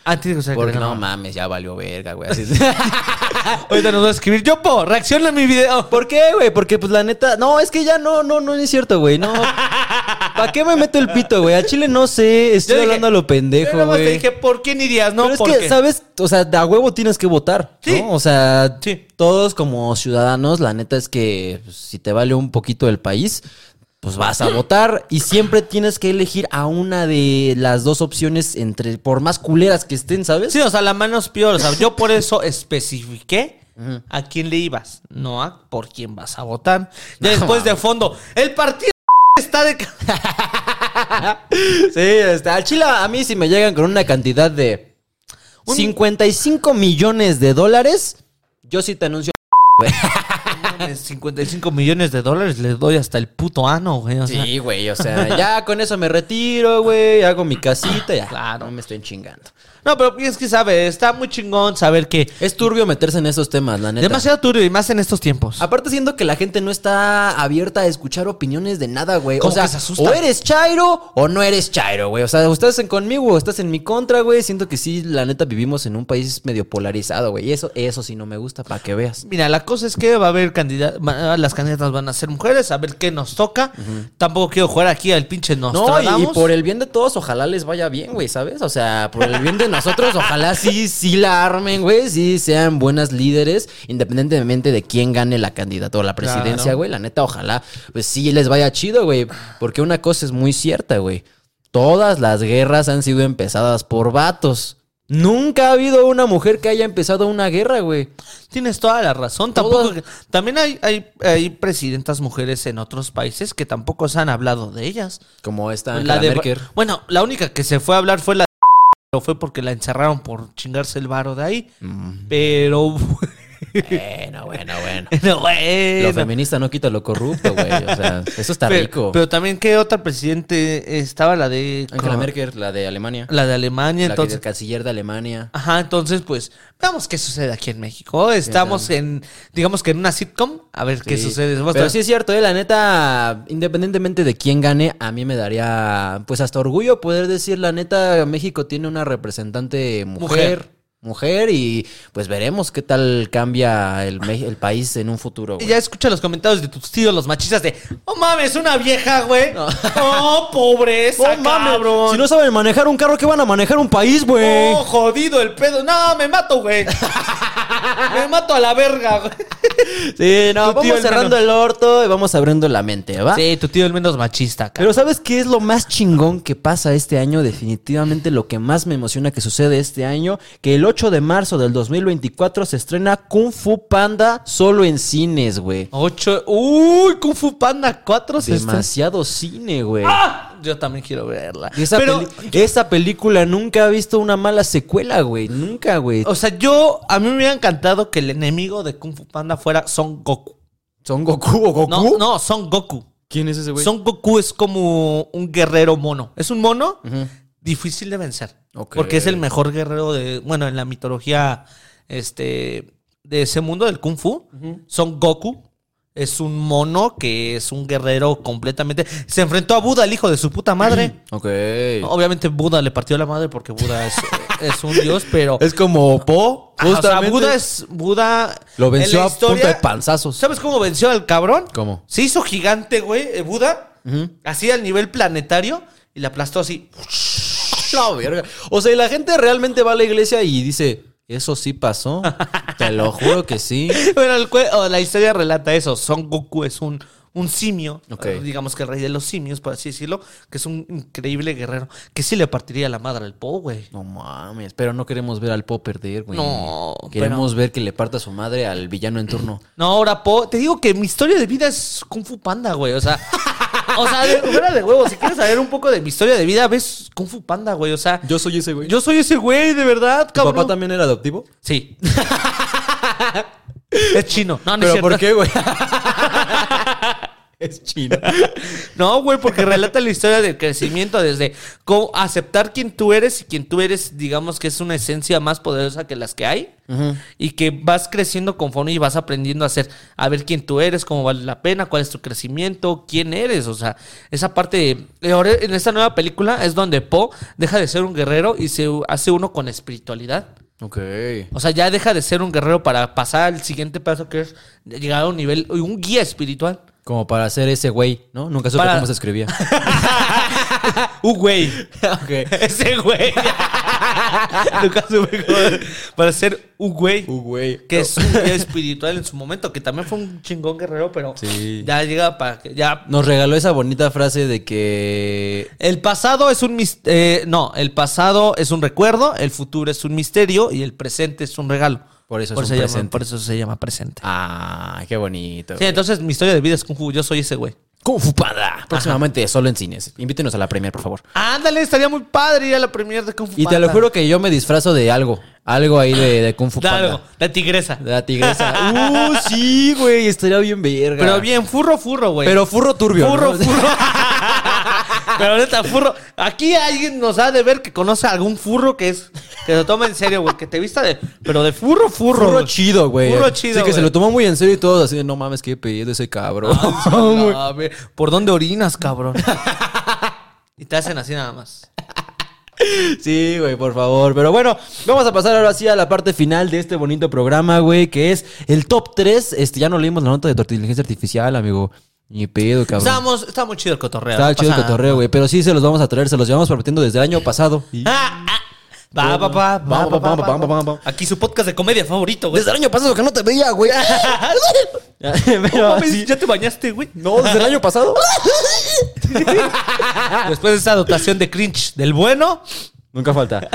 Speaker 2: A ti, José
Speaker 1: Porque
Speaker 2: Carrera.
Speaker 1: no mames, ya valió verga, güey. Así-
Speaker 2: Ahorita nos va a escribir. Yopo, reacciona a mi video.
Speaker 1: ¿Por qué, güey? Porque pues la neta, no, es que ya no, no, no es cierto, güey. No. ¿Para qué me meto el pito, güey? Al Chile no sé, estoy
Speaker 2: Yo dije-
Speaker 1: hablando a lo
Speaker 2: Yo
Speaker 1: pendejo,
Speaker 2: nada más te
Speaker 1: güey.
Speaker 2: dije, ¿por quién irías? No,
Speaker 1: Pero es
Speaker 2: ¿por
Speaker 1: que,
Speaker 2: qué?
Speaker 1: ¿sabes? O sea, de a huevo tienes que votar,
Speaker 2: Sí.
Speaker 1: ¿no? O sea,
Speaker 2: Sí.
Speaker 1: todos como ciudadanos, la neta es que pues, si te vale un poquito el país, pues vas a votar y siempre tienes que elegir a una de las dos opciones entre, por más culeras que estén, ¿sabes?
Speaker 2: Sí, o sea, la manos peor. O sea, yo por eso especifiqué a quién le ibas, no a por quién vas a votar. Ya después de fondo, el partido está de... ca-
Speaker 1: Sí, este, al Chile a mí si me llegan con una cantidad de
Speaker 2: Un-
Speaker 1: 55 millones de dólares, yo sí te anuncio.
Speaker 2: mames, 55 millones de dólares le doy hasta el puto ano, güey. o sea.
Speaker 1: Sí, güey, o sea, ya con eso me retiro, güey, hago mi casita, ya.
Speaker 2: Claro.
Speaker 1: Claro, no me estoy chingando.
Speaker 2: No, pero es que sabe, está muy chingón saber que
Speaker 1: Es turbio meterse en esos temas, la neta. Ah,
Speaker 2: demasiado turbio y más en estos tiempos.
Speaker 1: Aparte siento que la gente no está abierta a escuchar opiniones de nada, güey. O
Speaker 2: Como
Speaker 1: sea,
Speaker 2: que se asusta.
Speaker 1: o eres chairo o no eres chairo, güey. O sea, o estás en conmigo o estás en mi contra, güey. Siento que sí, la neta vivimos en un país medio polarizado, güey. Y eso eso sí no me gusta para que veas.
Speaker 2: Mira, la cosa es que va a haber candidatas, las candidatas van a ser mujeres, a ver qué nos toca. Tampoco quiero jugar aquí al pinche
Speaker 1: No, y- y,
Speaker 2: Nostradamus.
Speaker 1: por e- el bien de todos, ojalá les vaya bien, güey, ¿sabes? O sea, por el bien de nosotros, ojalá sí, sí la armen, güey, sí sean buenas líderes, independientemente de quién gane la candidatura o la presidencia,
Speaker 2: Claro.
Speaker 1: güey. La neta, ojalá, pues sí les vaya chido, güey, porque una cosa es muy cierta, güey. Todas las guerras han sido empezadas por vatos. Nunca ha habido una mujer que haya empezado una guerra, güey.
Speaker 2: Tienes toda la razón. Tampoco,
Speaker 1: Todas.
Speaker 2: también hay, hay, hay presidentas mujeres en otros países que tampoco se han hablado de ellas.
Speaker 1: Como esta
Speaker 2: La
Speaker 1: Ah, Angela
Speaker 2: de-
Speaker 1: Merkel.
Speaker 2: Bueno, la única que se fue a hablar fue la pero fue porque la encerraron por chingarse el varo de ahí.
Speaker 1: Mm.
Speaker 2: Pero
Speaker 1: Bueno, bueno, bueno.
Speaker 2: bueno, bueno.
Speaker 1: Lo feminista no quita lo corrupto, güey. O sea, eso está
Speaker 2: Pero-
Speaker 1: rico.
Speaker 2: Pero también qué otra presidente estaba la de
Speaker 1: Angela Merkel, la de Alemania.
Speaker 2: la de Alemania,
Speaker 1: la que-
Speaker 2: entonces.
Speaker 1: canciller de Alemania.
Speaker 2: Ajá, entonces pues veamos qué sucede aquí en México. Estamos en digamos que en una sitcom, a ver qué
Speaker 1: Sí.
Speaker 2: sucede. Vamos a-
Speaker 1: Pero sí es cierto, eh, la neta, independientemente de quién gane, a mí me daría pues hasta orgullo poder decir, la neta, México tiene una representante mujer.
Speaker 2: Mujer.
Speaker 1: Mujer. y pues veremos qué tal cambia el, Me- el país en un futuro.
Speaker 2: Y
Speaker 1: güey.
Speaker 2: Ya escucha los comentarios de tus tíos, los machistas de, oh mames, una vieja, güey. Oh, pobreza,
Speaker 1: ¡No mames!
Speaker 2: cabrón.
Speaker 1: Si no saben manejar un carro, ¿qué van a manejar un país, güey?
Speaker 2: Oh, jodido el pedo. No, me mato, güey. me mato a la verga, güey.
Speaker 1: Sí, no,
Speaker 2: Tu tío
Speaker 1: vamos
Speaker 2: al
Speaker 1: cerrando
Speaker 2: menos.
Speaker 1: el orto y vamos abriendo la mente, ¿va?
Speaker 2: Sí, tu tío el menos machista,
Speaker 1: Pero
Speaker 2: cabrón.
Speaker 1: ¿sabes qué es lo más chingón que pasa este año? Definitivamente lo que más me emociona que sucede este año, que el 8 de marzo del 2024 se estrena Kung Fu Panda solo en cines, güey.
Speaker 2: Ocho. Uy, Kung Fu Panda 4 se está-
Speaker 1: Demasiado cine, güey.
Speaker 2: ¡Ah! Yo también quiero verla.
Speaker 1: Y Esa,
Speaker 2: Pero,
Speaker 1: peli- esa película nunca ha visto una mala secuela, güey. Nunca, güey.
Speaker 2: o sea, yo. A mí me hubiera encantado que el enemigo de Kung Fu Panda fuera Son Goku.
Speaker 1: ¿Son Goku o Goku?
Speaker 2: No, no, Son Goku.
Speaker 1: ¿Quién es ese güey?
Speaker 2: Son Goku es como un guerrero mono. Es un mono difícil de vencer.
Speaker 1: Ok.
Speaker 2: Porque es el mejor guerrero de. Bueno, en la mitología este, de ese mundo del Kung Fu. Son Goku. Es un mono que es un guerrero completamente. Se enfrentó a Buda, el hijo de su puta madre.
Speaker 1: Ok.
Speaker 2: Obviamente Buda le partió la madre porque Buda es, es un dios, pero.
Speaker 1: Es como Po.
Speaker 2: oh. Ajá, o sea,
Speaker 1: Justamente.
Speaker 2: Buda es. Buda.
Speaker 1: Lo
Speaker 2: en
Speaker 1: venció
Speaker 2: la
Speaker 1: a punta
Speaker 2: historia-
Speaker 1: de panzazos.
Speaker 2: ¿Sabes cómo venció al cabrón?
Speaker 1: ¿Cómo?
Speaker 2: Se hizo gigante, güey, eh, Buda. Así al nivel planetario. Y la aplastó así.
Speaker 1: La verga. O sea, y la gente realmente va a la iglesia y dice, eso sí pasó. Te lo juro que sí.
Speaker 2: Bueno, el cue- o la historia relata eso. Son Goku es un, un simio.
Speaker 1: Ok.
Speaker 2: eh, Digamos que el rey de los simios, por así decirlo. Que es un increíble guerrero. Que sí le partiría la madre al Po, güey.
Speaker 1: No mames, pero no queremos ver al Po perder, güey.
Speaker 2: No,
Speaker 1: Queremos ver que le parta su madre al villano en turno.
Speaker 2: No, ahora Po. Te digo que mi historia de vida es Kung Fu Panda, güey. O sea. O sea, de- fuera de huevo, si quieres saber un poco de mi historia de vida, ves Kung Fu Panda, güey. O sea,
Speaker 1: Yo soy ese güey.
Speaker 2: yo soy ese güey, de verdad,
Speaker 1: ¿Tu
Speaker 2: cabrón.
Speaker 1: papá también era adoptivo?
Speaker 2: Sí. es chino. Ah, No, no es cierto.
Speaker 1: ¿Pero por qué, güey? es chino.
Speaker 2: No, güey, porque relata la historia del crecimiento desde cómo aceptar quien tú eres y quien tú eres, digamos que es una esencia más poderosa que las que hay y que vas creciendo conforme y vas aprendiendo a ser, a ver quién tú eres, cómo vale la pena, cuál es tu crecimiento, quién eres, o sea, esa parte de- y ahora en esta nueva película es donde Po deja de ser un guerrero y se hace uno con espiritualidad.
Speaker 1: Ok.
Speaker 2: O sea, ya deja de ser un guerrero para pasar al siguiente paso que es llegar a un nivel, un guía espiritual.
Speaker 1: Como para ser ese güey, ¿no? Nunca supe
Speaker 2: Para-
Speaker 1: cómo se escribía.
Speaker 2: Un
Speaker 1: Uh,
Speaker 2: güey.
Speaker 1: ok.
Speaker 2: Ese güey. Nunca supe cómo- Para ser un güey.
Speaker 1: Uh, güey.
Speaker 2: Que es un guía espiritual en su momento, que también fue un chingón guerrero, pero
Speaker 1: Sí.
Speaker 2: ya llega para que. Ya.
Speaker 1: Nos regaló esa bonita frase de que
Speaker 2: El pasado es un mis- eh, no, el pasado es un recuerdo, el futuro es un misterio y el presente es un regalo.
Speaker 1: Por eso es un
Speaker 2: se llama-
Speaker 1: presente.
Speaker 2: por eso se llama presente.
Speaker 1: Ah, qué bonito.
Speaker 2: sí, entonces mi historia de vida es Kung Fu, yo soy ese güey.
Speaker 1: Kung Fu Panda. Próximamente solo en cines. Invítenos a la premier, por favor.
Speaker 2: Ándale, estaría muy padre ir a la premier de Kung Fu
Speaker 1: Y te lo
Speaker 2: Panda.
Speaker 1: juro que yo me disfrazo de algo. Algo ahí de, de Kung Fu
Speaker 2: De
Speaker 1: Panda.
Speaker 2: algo, la tigresa.
Speaker 1: De la tigresa. Uh, sí, güey. Estaría bien verga.
Speaker 2: Pero bien, furro, furro, güey.
Speaker 1: Pero furro turbio.
Speaker 2: furro,
Speaker 1: ¿no?
Speaker 2: furro. Pero neta, furro. Aquí alguien nos ha de ver que conoce a algún furro que es. Que se toma en serio, güey. Que te vista de. Pero de furro, furro.
Speaker 1: Furro
Speaker 2: güey.
Speaker 1: chido, güey.
Speaker 2: Furro chido,
Speaker 1: Sí, que se
Speaker 2: güey. Ah,
Speaker 1: lo tomó muy en serio y todos así de, no mames, qué pedido ese cabrón.
Speaker 2: A ver, ¿por dónde orinas, cabrón? y te hacen así nada más.
Speaker 1: Sí, güey, por favor. Pero bueno, vamos a pasar ahora sí a la parte final de este bonito programa, güey, que es el top 3. Este, ya no leímos la nota de tu inteligencia artificial, amigo. Ni pedo, cabrón.
Speaker 2: Estábamos, está muy chido el cotorreo.
Speaker 1: Estaba
Speaker 2: no
Speaker 1: chido el
Speaker 2: pasa nada.
Speaker 1: cotorreo, güey. Pero sí se los vamos a traer, se los llevamos prometiendo desde el año pasado.
Speaker 2: Ah, ah. Va, va, va, va, va, va, va, va, va. Aquí su podcast de comedia favorito, güey.
Speaker 1: Desde el año pasado que no te veía, güey.
Speaker 2: No
Speaker 1: Pero
Speaker 2: mames,
Speaker 1: Ah, sí.
Speaker 2: ¿Ya te bañaste, güey?
Speaker 1: No, desde el año pasado.
Speaker 2: Después de esa dotación de cringe del bueno,
Speaker 1: Nunca falta.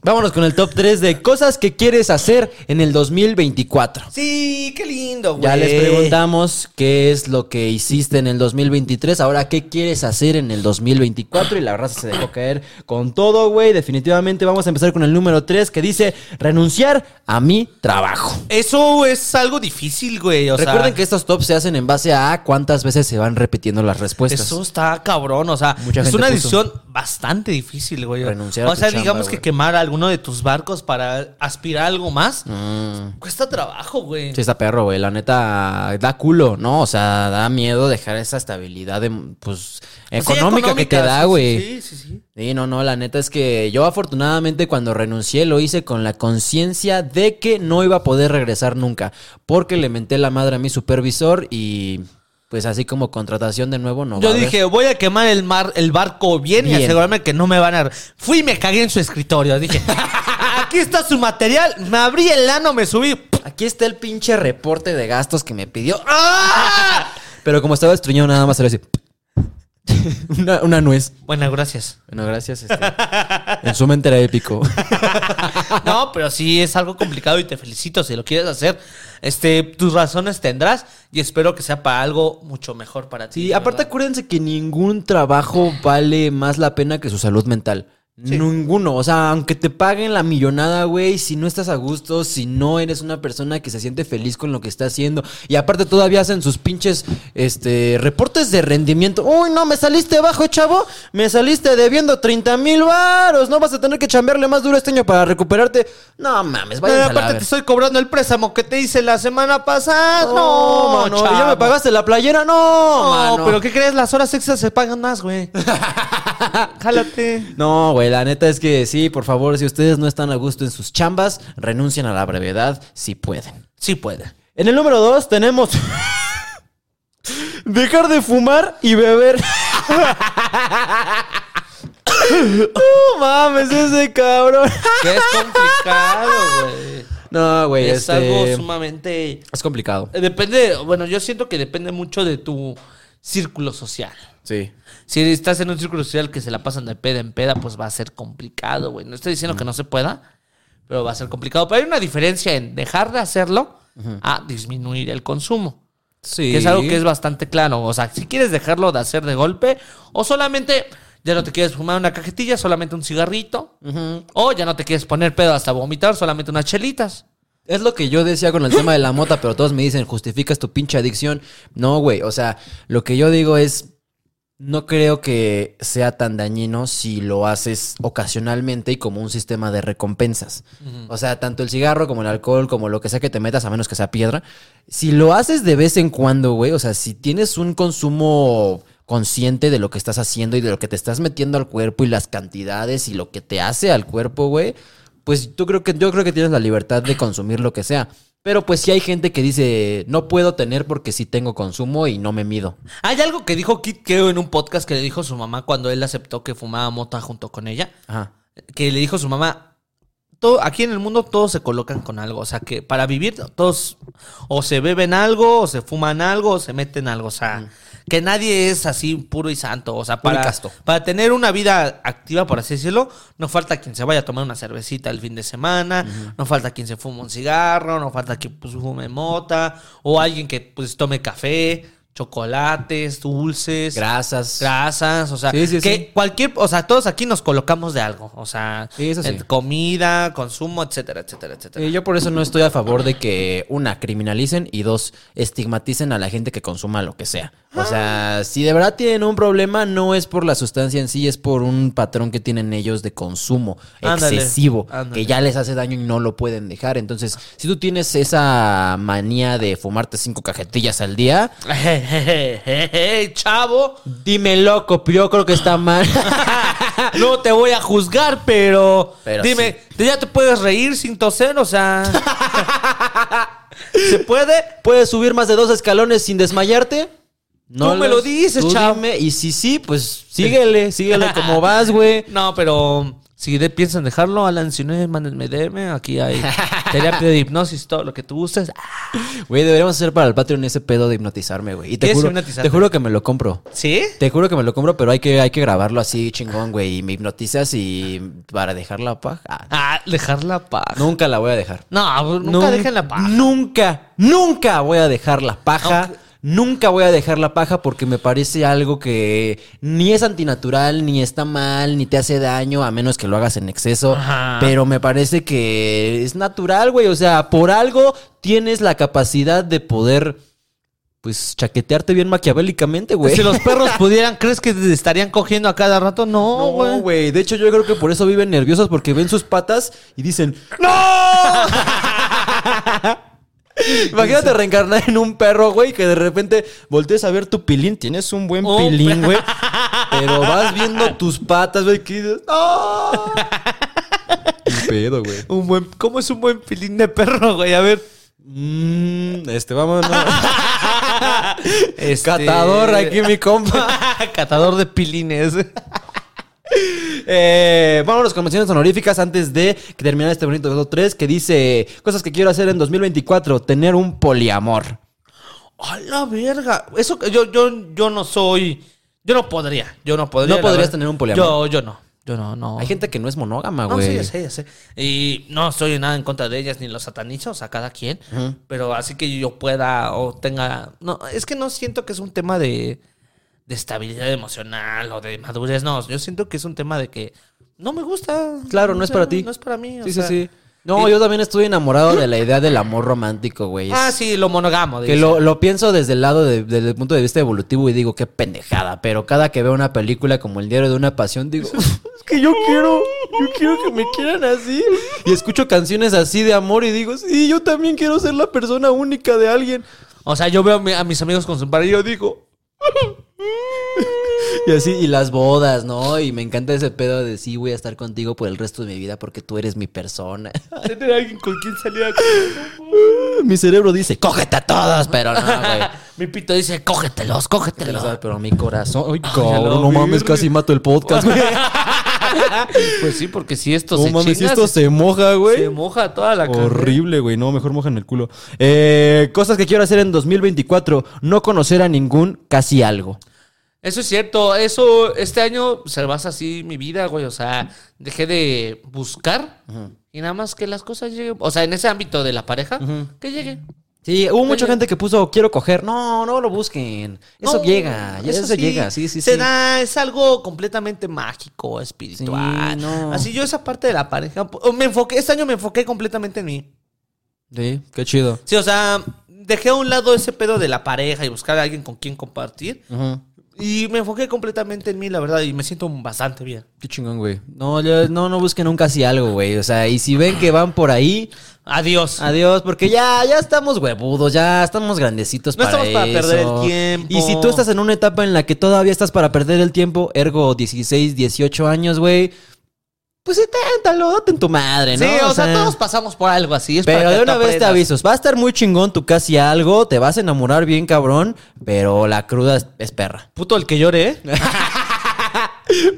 Speaker 1: Vámonos con el top 3 de cosas que quieres hacer en el 2024.
Speaker 2: Sí, qué lindo, güey.
Speaker 1: Ya les preguntamos qué es lo que hiciste en el 2023, ahora qué quieres hacer en el 2024 y la raza se dejó caer con todo, güey. Definitivamente vamos a empezar con el número 3 que dice renunciar a mi trabajo.
Speaker 2: Eso es algo difícil, güey. O
Speaker 1: Recuerden
Speaker 2: sea,
Speaker 1: que estos tops se hacen en base a cuántas veces se van repitiendo las respuestas.
Speaker 2: eso está cabrón. O sea,
Speaker 1: Mucha
Speaker 2: es
Speaker 1: gente
Speaker 2: una
Speaker 1: puso.
Speaker 2: decisión bastante difícil, güey.
Speaker 1: Renunciar a
Speaker 2: o
Speaker 1: tu
Speaker 2: sea,
Speaker 1: chamba,
Speaker 2: digamos que
Speaker 1: güey.
Speaker 2: quemar alguno de tus barcos para aspirar a algo más cuesta trabajo, güey.
Speaker 1: Mm. Sí, está perro, güey. La neta, da culo, ¿no? O sea, da miedo dejar esa estabilidad de, pues,
Speaker 2: Sí,
Speaker 1: económica, que te da,
Speaker 2: sí,
Speaker 1: güey.
Speaker 2: Sí, sí, sí.
Speaker 1: Sí, no, no, la neta es que yo afortunadamente cuando renuncié lo hice con la conciencia de que no iba a poder regresar nunca, porque le menté la madre a mi supervisor y pues así como contratación de nuevo no. va
Speaker 2: Yo
Speaker 1: a haber.
Speaker 2: dije, voy a quemar el mar, el barco bien, y
Speaker 1: Bien.
Speaker 2: asegurarme que no me van a. Fui y me cagué en su escritorio. Dije, Aquí está su material. Me abrí el ano, me subí.
Speaker 1: Aquí está el pinche reporte de gastos que me pidió. ¡Ah! Pero como estaba estreñado, nada más era así. una, una nuez.
Speaker 2: Bueno, gracias.
Speaker 1: Bueno, gracias. este, En su mente era épico.
Speaker 2: No, pero sí es algo complicado y te felicito si lo quieres hacer. Este, tus razones tendrás y espero que sea para algo mucho mejor para ti.
Speaker 1: Sí, aparte
Speaker 2: ¿verdad?
Speaker 1: acuérdense que ningún trabajo vale más la pena que su salud mental. Ninguno. O sea, aunque te paguen la millonada, güey, si no estás a gusto, si no eres una persona que se siente feliz con lo que está haciendo. Y aparte todavía hacen sus pinches este reportes de rendimiento. Uy, no, me saliste bajo, chavo. Me saliste debiendo 30 mil varos. No vas a tener que chambearle más duro este año para recuperarte. No
Speaker 2: Pero
Speaker 1: mames, vaya a la
Speaker 2: aparte te
Speaker 1: ver.
Speaker 2: estoy cobrando el préstamo que te hice la semana pasada.
Speaker 1: No,
Speaker 2: No,
Speaker 1: mano, ¿y ya me
Speaker 2: chavo.
Speaker 1: pagaste la playera, no,
Speaker 2: No,
Speaker 1: mano.
Speaker 2: pero ¿qué crees? Las horas extras se pagan más, güey. Jálate.
Speaker 1: No, güey, la neta es que sí, por favor, si ustedes no están a gusto en sus chambas, renuncien a la brevedad si pueden.
Speaker 2: Sí puede.
Speaker 1: En el número dos tenemos dejar de fumar y beber. No mames, ese cabrón.
Speaker 2: Que es complicado, güey.
Speaker 1: No, güey,
Speaker 2: Es
Speaker 1: este,
Speaker 2: algo sumamente...
Speaker 1: es complicado.
Speaker 2: Depende, bueno, yo siento que depende mucho de tu círculo social.
Speaker 1: Sí.
Speaker 2: Si estás en un círculo social que se la pasan de peda en peda, pues va a ser complicado, güey. No estoy diciendo que no se pueda, pero va a ser complicado. Pero hay una diferencia en dejar de hacerlo a disminuir el consumo.
Speaker 1: Sí.
Speaker 2: Que es algo que es bastante claro. O sea, si quieres dejarlo de hacer de golpe, o solamente ya no te quieres fumar una cajetilla, solamente un cigarrito, o ya no te quieres poner pedo hasta vomitar, solamente unas chelitas.
Speaker 1: Es lo que yo decía con el tema de la mota, pero todos me dicen, justificas tu pinche adicción. No, güey, o sea, lo que yo digo es, no creo que sea tan dañino si lo haces ocasionalmente y como un sistema de recompensas. O sea, tanto el cigarro como el alcohol, como lo que sea que te metas, a menos que sea piedra. Si lo haces de vez en cuando, güey, o sea, si tienes un consumo consciente de lo que estás haciendo y de lo que te estás metiendo al cuerpo y las cantidades y lo que te hace al cuerpo, güey, pues tú creo que yo creo que tienes la libertad de consumir lo que sea. Pero pues sí hay gente que dice, no puedo tener porque sí tengo consumo y no me mido.
Speaker 2: Hay algo que dijo Kit Keo en un podcast que le dijo su mamá cuando él aceptó que fumaba mota junto con ella.
Speaker 1: Ajá.
Speaker 2: que le dijo su mamá, todo, aquí en el mundo todos se colocan con algo, o sea que para vivir todos o se beben algo, o se fuman algo, o se meten algo, o sea, que nadie es así puro y santo, o sea,
Speaker 1: Puro y
Speaker 2: para,
Speaker 1: casto.
Speaker 2: para tener una vida activa, por así decirlo, no falta quien se vaya a tomar una cervecita el fin de semana, no falta quien se fuma un cigarro, no falta quien pues, fume mota, o alguien que pues tome café, chocolates, dulces.
Speaker 1: Grasas.
Speaker 2: Grasas, o sea,
Speaker 1: Sí, sí,
Speaker 2: que
Speaker 1: sí.
Speaker 2: cualquier, o sea, todos aquí nos colocamos de algo, o sea,
Speaker 1: Sí, eso sí.
Speaker 2: en comida, consumo, etcétera, etcétera, etcétera.
Speaker 1: Eh, yo por eso no estoy a favor de que, una, criminalicen y dos, estigmaticen a la gente que consuma lo que sea. O
Speaker 2: Ah.
Speaker 1: sea, si de verdad tienen un problema, no es por la sustancia en sí, es por un patrón que tienen ellos de consumo
Speaker 2: Ándale,
Speaker 1: excesivo,
Speaker 2: ándale.
Speaker 1: que ya les hace daño y no lo pueden dejar. Entonces, si tú tienes esa manía de fumarte cinco cajetillas al día,
Speaker 2: Jejejeje, Chavo,
Speaker 1: dime loco, pero yo creo que está mal.
Speaker 2: no te voy a juzgar, pero,
Speaker 1: Pero
Speaker 2: dime, ya te puedes reír sin toser, o sea, se puede.
Speaker 1: ¿Puedes subir más de dos escalones sin desmayarte?
Speaker 2: Tú me lo dices,
Speaker 1: tú
Speaker 2: chavo.
Speaker 1: dime, y si sí, pues síguele, síguele como vas, güey.
Speaker 2: No, pero si de- piensan dejarlo, Alan, si no, mándenme DM, aquí hay terapia de hipnosis, todo lo que tú Ah, gustes.
Speaker 1: Güey, deberíamos hacer para el Patreon ese pedo de hipnotizarme, güey. Y te
Speaker 2: ¿Quieres
Speaker 1: juro,
Speaker 2: hipnotizarte?
Speaker 1: te juro que me lo compro.
Speaker 2: ¿Sí?
Speaker 1: Te juro que me lo compro, pero hay que, hay que grabarlo así chingón, güey. Y me hipnotizas y para dejar la paja. Ah,
Speaker 2: Ah, dejar la paja.
Speaker 1: Nunca la voy a dejar.
Speaker 2: No, nunca
Speaker 1: Nun-
Speaker 2: dejen la paja.
Speaker 1: Nunca, nunca voy a dejar la paja. Nunca voy a dejar la paja porque me parece algo que ni es antinatural, ni está mal, ni te hace daño, a menos que lo hagas en exceso.
Speaker 2: Ajá.
Speaker 1: Pero me parece que es natural, güey. O sea, por algo tienes la capacidad de poder, pues, chaquetearte bien maquiavélicamente, güey.
Speaker 2: Si los perros pudieran, ¿crees que te estarían cogiendo a cada rato? No, güey.
Speaker 1: No, güey. De hecho, yo creo que por eso viven nerviosos porque ven sus patas y dicen, ¡No! Imagínate reencarnar en un perro, güey, que de repente voltees a ver tu pilín. Tienes un buen
Speaker 2: Un
Speaker 1: pilín, güey. Pero vas viendo tus patas, güey, que dices, ¡No! Un pedo, güey.
Speaker 2: Un buen, ¿Cómo es un buen pilín de perro, güey? A ver.
Speaker 1: Mm, este, vámonos.
Speaker 2: Este-
Speaker 1: Catador aquí, mi compa.
Speaker 2: Catador de pilines.
Speaker 1: Eh, vámonos con menciones honoríficas antes de que terminar este bonito video 3 que dice cosas que quiero hacer en 2024, tener un poliamor.
Speaker 2: ¡A la verga! Eso que- yo, yo, yo no soy. Yo no podría. Yo no podría.
Speaker 1: ¿No
Speaker 2: la
Speaker 1: podrías
Speaker 2: verdad.
Speaker 1: tener un poliamor?
Speaker 2: Yo, yo no. Yo no, no.
Speaker 1: Hay gente que no es monógama,
Speaker 2: No, sí,
Speaker 1: güey.
Speaker 2: ya sé, ya sé. Y no estoy nada en contra de ellas ni los satanizo, o sea, cada quien. Pero así que yo pueda o tenga. No, es que no siento que es un tema de, de estabilidad emocional o de madurez. No, yo siento que es un tema de que no me gusta.
Speaker 1: Claro, no
Speaker 2: O
Speaker 1: es
Speaker 2: sea,
Speaker 1: para ti.
Speaker 2: No es para mí. o
Speaker 1: sí, sí,
Speaker 2: sea.
Speaker 1: sí. No,
Speaker 2: y-
Speaker 1: yo también estoy enamorado de la idea del amor romántico, güey.
Speaker 2: Ah,
Speaker 1: Es-
Speaker 2: sí, lo monogamo.
Speaker 1: Que
Speaker 2: dice.
Speaker 1: lo, lo pienso desde el lado, de- desde el punto de vista evolutivo y digo, qué pendejada. Pero cada que veo una película como El diario de una pasión, digo, es que yo quiero, yo quiero que me quieran así. Y escucho canciones así de amor y digo, sí, yo también quiero ser la persona única de alguien.
Speaker 2: O sea, yo veo a mi- a mis amigos con su pareja y yo digo,
Speaker 1: Y así, y las bodas, ¿no? Y me encanta ese pedo de sí, voy a estar contigo por el resto de mi vida porque tú eres mi persona.
Speaker 2: tener alguien con quien salir a
Speaker 1: mi cerebro dice, cógete a todos, pero no, güey.
Speaker 2: Mi pito dice, cógetelos, cógetelos.
Speaker 1: Pero mi corazón, ay,
Speaker 2: a la
Speaker 1: cabrón, no mames,
Speaker 2: verga.
Speaker 1: casi mato el podcast, güey.
Speaker 2: pues sí, porque si esto
Speaker 1: No
Speaker 2: se
Speaker 1: mames, si
Speaker 2: chinga,
Speaker 1: esto
Speaker 2: se,
Speaker 1: se moja,
Speaker 2: se
Speaker 1: güey.
Speaker 2: moja toda la cara.
Speaker 1: Horrible, güey. No, mejor mojan el culo. Eh, cosas que quiero hacer en 2024. No conocer a ningún casi algo.
Speaker 2: Eso es cierto. Eso, este año se basa así mi vida, güey. O sea, dejé de buscar y nada más que las cosas lleguen. O sea, en ese ámbito de la pareja, que llegue.
Speaker 1: Sí, hubo mucha
Speaker 2: Oye.
Speaker 1: gente que puso quiero coger. No, no lo busquen. Eso
Speaker 2: No,
Speaker 1: llega. Eso,
Speaker 2: sí,
Speaker 1: llega. Sí, sí,
Speaker 2: Se
Speaker 1: sí.
Speaker 2: da, es algo completamente mágico, espiritual.
Speaker 1: Sí, no.
Speaker 2: Así yo esa parte de la pareja, me enfoqué, este año me enfoqué completamente en mí.
Speaker 1: Sí, qué chido.
Speaker 2: Sí, o sea, dejé a un lado ese pedo de la pareja y buscar a alguien con quien compartir.
Speaker 1: Ujú.
Speaker 2: Y me enfoqué completamente en mí, la verdad, y me siento bastante bien.
Speaker 1: Qué chingón, güey. No, ya- no, no busquen un casi algo, güey. O sea, y si ven que van por ahí,
Speaker 2: Adiós.
Speaker 1: Adiós, porque ya, ya estamos huevudos, ya estamos grandecitos
Speaker 2: No
Speaker 1: para
Speaker 2: estamos para perder
Speaker 1: eso.
Speaker 2: el tiempo.
Speaker 1: Y si tú estás en una etapa en la que todavía estás para perder el tiempo, ergo 16, 18 años, güey, pues inténtalo, date en tu madre,
Speaker 2: sí,
Speaker 1: ¿no?
Speaker 2: o sea, todos pasamos por algo así. es para
Speaker 1: Pero
Speaker 2: que
Speaker 1: de una vez te
Speaker 2: aprendas.
Speaker 1: avisos, va a estar muy chingón tu casi algo, te vas a enamorar bien cabrón, pero la cruda es, es perra.
Speaker 2: Puto el que llore, ¿eh?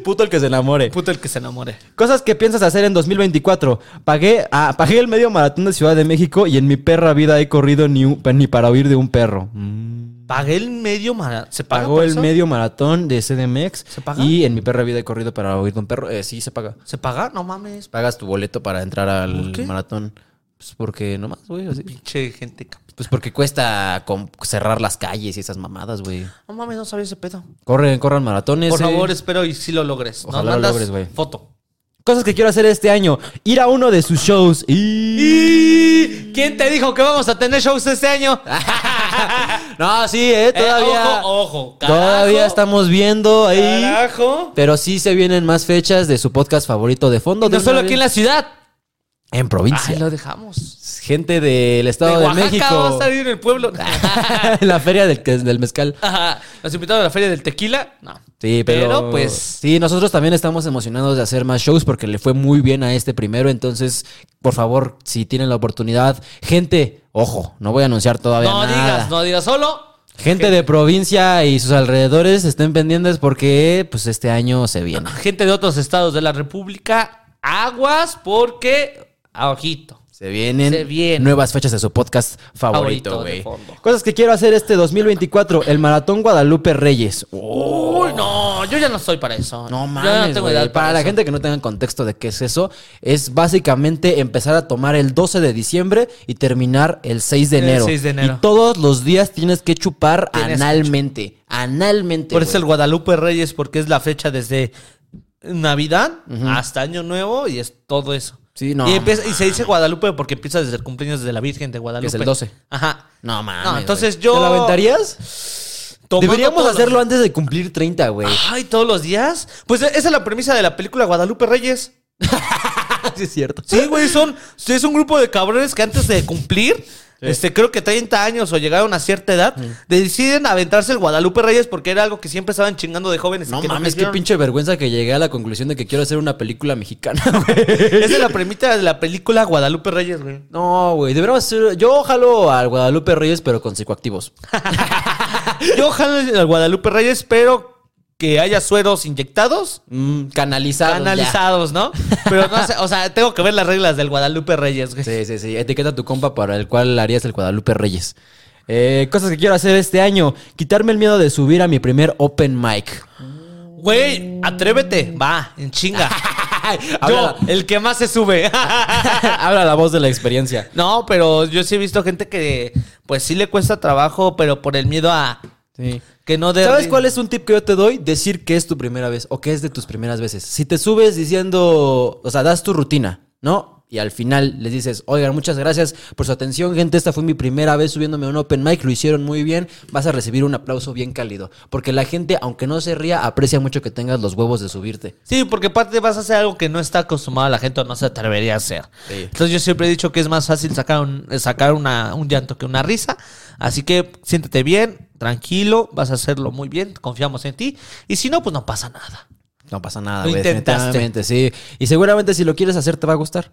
Speaker 1: Puto el que se enamore.
Speaker 2: Puto el que se enamore.
Speaker 1: Cosas que piensas hacer en 2024. Pagué, ah, pagué el medio maratón de Ciudad de México y en mi perra vida he corrido ni, un- ni para huir de un perro.
Speaker 2: Pagué el medio maratón. ¿Se paga
Speaker 1: Pagó
Speaker 2: por
Speaker 1: el
Speaker 2: eso?
Speaker 1: medio maratón de CDMX.
Speaker 2: ¿Se paga?
Speaker 1: Y en mi perra vida he corrido para huir de un perro. Eh, sí, se paga.
Speaker 2: ¿Se paga? No mames.
Speaker 1: Pagas tu boleto para entrar al
Speaker 2: ¿Por qué?
Speaker 1: maratón. Pues porque nomás, güey. así.
Speaker 2: Pinche gente. cap-
Speaker 1: Pues porque cuesta com- cerrar las calles y esas mamadas, güey.
Speaker 2: No mames, no sabía ese pedo.
Speaker 1: Corren, corran maratones.
Speaker 2: Por
Speaker 1: eh.
Speaker 2: favor, espero y sí lo logres.
Speaker 1: Ojalá lo
Speaker 2: Nos mandas
Speaker 1: logres, güey.
Speaker 2: Foto.
Speaker 1: Cosas que quiero hacer este año. Ir a uno de sus shows. Y...
Speaker 2: ¿Quién te dijo que vamos a tener shows este año?
Speaker 1: No, sí, eh. Todavía.
Speaker 2: Eh, ojo, ojo. Carajo,
Speaker 1: todavía estamos viendo ahí.
Speaker 2: Carajo.
Speaker 1: Pero sí se vienen más fechas de su podcast favorito de fondo.
Speaker 2: No
Speaker 1: de
Speaker 2: solo
Speaker 1: una
Speaker 2: aquí en
Speaker 1: vez.
Speaker 2: la ciudad.
Speaker 1: En provincia.
Speaker 2: Ay, lo dejamos.
Speaker 1: gente del Estado de,
Speaker 2: de Oaxaca
Speaker 1: México.
Speaker 2: va a salir el pueblo.
Speaker 1: la feria del, que- del mezcal.
Speaker 2: Ajá. Nos invitaron a la feria del tequila. No.
Speaker 1: Sí, pero,
Speaker 2: pues.
Speaker 1: Sí, nosotros también estamos emocionados de hacer más shows porque le fue muy bien a este primero. Entonces, por favor, si tienen la oportunidad, gente, ojo, no voy a anunciar todavía
Speaker 2: No
Speaker 1: nada.
Speaker 2: digas, no digas solo.
Speaker 1: Gente de provincia y sus alrededores estén pendientes porque pues este año se viene.
Speaker 2: Gente de otros estados de la República, aguas porque. A ojito.
Speaker 1: Se vienen,
Speaker 2: Se vienen.
Speaker 1: nuevas fechas de su podcast
Speaker 2: Favorito
Speaker 1: favorito,
Speaker 2: de
Speaker 1: güey.
Speaker 2: fondo.
Speaker 1: Cosas que quiero hacer este 2024, el Maratón Guadalupe Reyes.
Speaker 2: Uy, no, yo ya no estoy para eso.
Speaker 1: No
Speaker 2: Yo ya
Speaker 1: mames, güey.
Speaker 2: edad
Speaker 1: para, la
Speaker 2: eso.
Speaker 1: gente que no tenga contexto de qué es eso, es básicamente empezar a tomar el 12 de diciembre y terminar el 6 de
Speaker 2: El
Speaker 1: enero.
Speaker 2: 6 de enero.
Speaker 1: Y todos los días tienes que chupar
Speaker 2: Tienes que
Speaker 1: analmente, analmente.
Speaker 2: Por eso el
Speaker 1: güey.
Speaker 2: Guadalupe Reyes, porque es la fecha desde Navidad hasta Año Nuevo y es todo eso.
Speaker 1: Sí, no.
Speaker 2: Y, empieza- y se dice Guadalupe porque empieza desde el cumpleaños de la Virgen de Guadalupe.
Speaker 1: es el 12.
Speaker 2: Ajá.
Speaker 1: No mames.
Speaker 2: No,
Speaker 1: güey.
Speaker 2: entonces yo-
Speaker 1: ¿Te la aventarías?
Speaker 2: Tomando
Speaker 1: Deberíamos
Speaker 2: todos los-
Speaker 1: hacerlo antes de cumplir 30, güey.
Speaker 2: Ay, todos los días. Pues esa es la premisa de la película Guadalupe Reyes.
Speaker 1: sí, es cierto.
Speaker 2: Ah, Sí, güey, son. sí, Es un grupo de cabrones que antes de cumplir. Este, creo que 30 años o llegaron a cierta edad, deciden aventarse el Guadalupe Reyes porque era algo que siempre estaban chingando de jóvenes. y
Speaker 1: No
Speaker 2: que
Speaker 1: mames, qué
Speaker 2: crecieron.
Speaker 1: pinche vergüenza que llegué a la conclusión de que quiero hacer una película mexicana, güey.
Speaker 2: Esa es la premisa de la película Guadalupe Reyes, güey.
Speaker 1: No, güey, deberíamos hacer... Yo jalo al Guadalupe Reyes, pero con psicoactivos.
Speaker 2: Yo jalo al Guadalupe Reyes, pero que haya sueros inyectados,
Speaker 1: Mm, canalizado.
Speaker 2: canalizados, ¿no? Pero no sé, o sea, tengo que ver las reglas del Guadalupe Reyes, güey.
Speaker 1: Sí, sí, sí. Etiqueta a tu compa para el cual harías el Guadalupe Reyes. Eh, cosas que quiero hacer este año. Quitarme el miedo de subir a mi primer open mic.
Speaker 2: Güey, atrévete, va, en chinga. Yo,
Speaker 1: Habla-
Speaker 2: el que más se sube.
Speaker 1: Habla la voz de la experiencia.
Speaker 2: no, pero yo sí he visto gente que, pues sí le cuesta trabajo, pero por el miedo a
Speaker 1: Sí.
Speaker 2: que no de.
Speaker 1: ¿Sabes cuál es un tip que yo te doy? Decir que es tu primera vez o que es de tus primeras veces. Si te subes diciendo, o sea, das tu rutina, ¿no? Y al final les dices, oigan, muchas gracias por su atención, gente. Esta fue mi primera vez subiéndome a un open mic, lo hicieron muy bien. Vas a recibir un aplauso bien cálido. Porque la gente, aunque no se ría, aprecia mucho que tengas los huevos de subirte.
Speaker 2: Sí, porque aparte vas a hacer algo que no está acostumbrada la gente o no se atrevería a hacer.
Speaker 1: Sí.
Speaker 2: Entonces yo siempre he dicho que es más fácil sacar un, sacar una, un llanto que una risa. Así que siéntete bien, tranquilo, vas a hacerlo muy bien, confiamos en ti. Y si no, pues no pasa nada.
Speaker 1: No pasa nada,
Speaker 2: Lo
Speaker 1: güey.
Speaker 2: intentaste.
Speaker 1: definitivamente, sí. Y seguramente si lo quieres hacer, te va a gustar.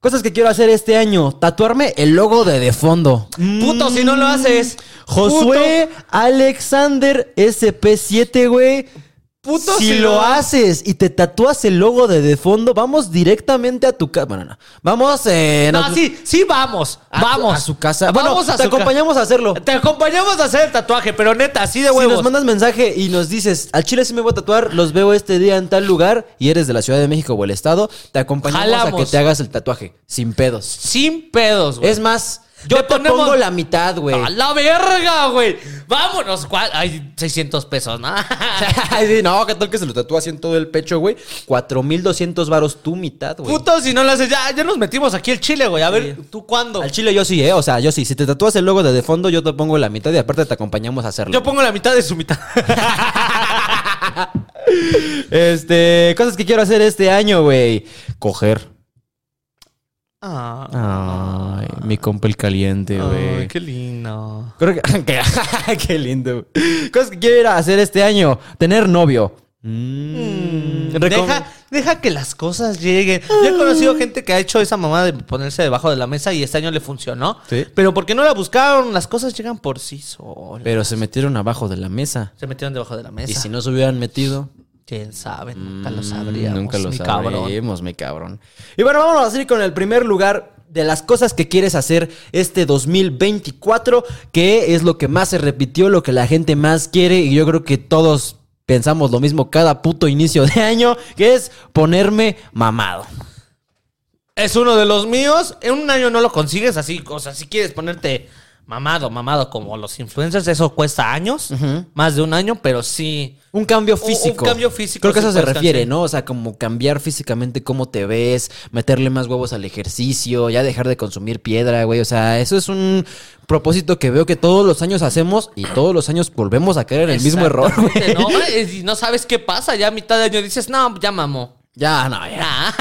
Speaker 1: Cosas que quiero hacer este año. Tatuarme el logo de de fondo.
Speaker 2: Puto, si no lo haces.
Speaker 1: Josué Alexander SP7, güey.
Speaker 2: Puto,
Speaker 1: si,
Speaker 2: si
Speaker 1: lo
Speaker 2: lo-
Speaker 1: haces y te tatúas el logo de de fondo, vamos directamente a tu casa. Bueno, no. Vamos eh,
Speaker 2: No,
Speaker 1: nos-
Speaker 2: sí, sí, vamos.
Speaker 1: a, tu-
Speaker 2: vamos.
Speaker 1: a su casa. Bueno,
Speaker 2: Vamos a
Speaker 1: te
Speaker 2: su ca-
Speaker 1: acompañamos a hacerlo.
Speaker 2: Te acompañamos a hacer el tatuaje, pero neta, así de
Speaker 1: Si
Speaker 2: huevos.
Speaker 1: nos mandas mensaje y nos dices, al chile sí me voy a tatuar, los veo este día en tal lugar y eres de la Ciudad de México o el Estado, te acompañamos
Speaker 2: Jalamos.
Speaker 1: a que te hagas el tatuaje, sin pedos.
Speaker 2: Sin pedos, güey.
Speaker 1: Es más, yo
Speaker 2: Le
Speaker 1: te
Speaker 2: ponemos-
Speaker 1: pongo la mitad, güey.
Speaker 2: ¡A la verga, güey! ¡Vámonos! ¿Cuál? Ay, 600 pesos, ¿no?
Speaker 1: Ay, sí, no, que tal que se lo tatúa así en todo el pecho, güey. 4200 varos tu mitad, güey.
Speaker 2: Puto, si no lo haces, ya, ya nos metimos aquí el chile, güey. A ver, ¿tú cuándo?
Speaker 1: Al chile yo sí, eh, o sea, yo sí. Si te tatúas el logo de de fondo, yo te pongo la mitad y aparte te acompañamos a hacerlo.
Speaker 2: Yo pongo la mitad de su mitad.
Speaker 1: Este, cosas que quiero hacer este año, güey. Coger.
Speaker 2: Ah,
Speaker 1: Ay, mi compa el caliente, güey.
Speaker 2: ay, qué lindo.
Speaker 1: Creo que. que- qué lindo. Cosas que quiero ir a hacer este año. Tener novio. Mm, recom-
Speaker 2: Deja, deja que las cosas lleguen. Yo he conocido gente que ha hecho esa mamada de ponerse debajo de la mesa y este año le funcionó.
Speaker 1: Sí.
Speaker 2: Pero porque no la buscaron, las cosas llegan por sí solas.
Speaker 1: Pero se metieron abajo de la mesa.
Speaker 2: Se metieron debajo de la mesa.
Speaker 1: Y si no se hubieran metido.
Speaker 2: ¿Quién sabe? Nunca lo
Speaker 1: Mm,
Speaker 2: sabríamos.
Speaker 1: Nunca lo
Speaker 2: mi cabrón.
Speaker 1: sabremos, mi cabrón. Y bueno, vamos a ir con el primer lugar de las cosas que quieres hacer este 2024, que es lo que más se repitió, lo que la gente más quiere, y yo creo que todos pensamos lo mismo cada puto inicio de año, que es ponerme mamado.
Speaker 2: Es uno de los míos. En un año no lo consigues así. O sea, si quieres ponerte mamado, mamado como los influencers, eso cuesta años. Más de un año, pero sí.
Speaker 1: Un cambio
Speaker 2: Un- un
Speaker 1: físico.
Speaker 2: cambio físico,
Speaker 1: Creo que a
Speaker 2: sí,
Speaker 1: eso se
Speaker 2: pues,
Speaker 1: refiere,
Speaker 2: sí.
Speaker 1: ¿no? O sea, como cambiar físicamente cómo te ves, meterle más huevos al ejercicio, ya dejar de consumir piedra, güey. O sea, eso es un propósito que veo que todos los años hacemos y todos los años volvemos a caer en el mismo error, güey.
Speaker 2: Exactamente, No, güey, y no sabes qué pasa. Ya a mitad de año dices, no, ya mamó.
Speaker 1: Ya, no, ya.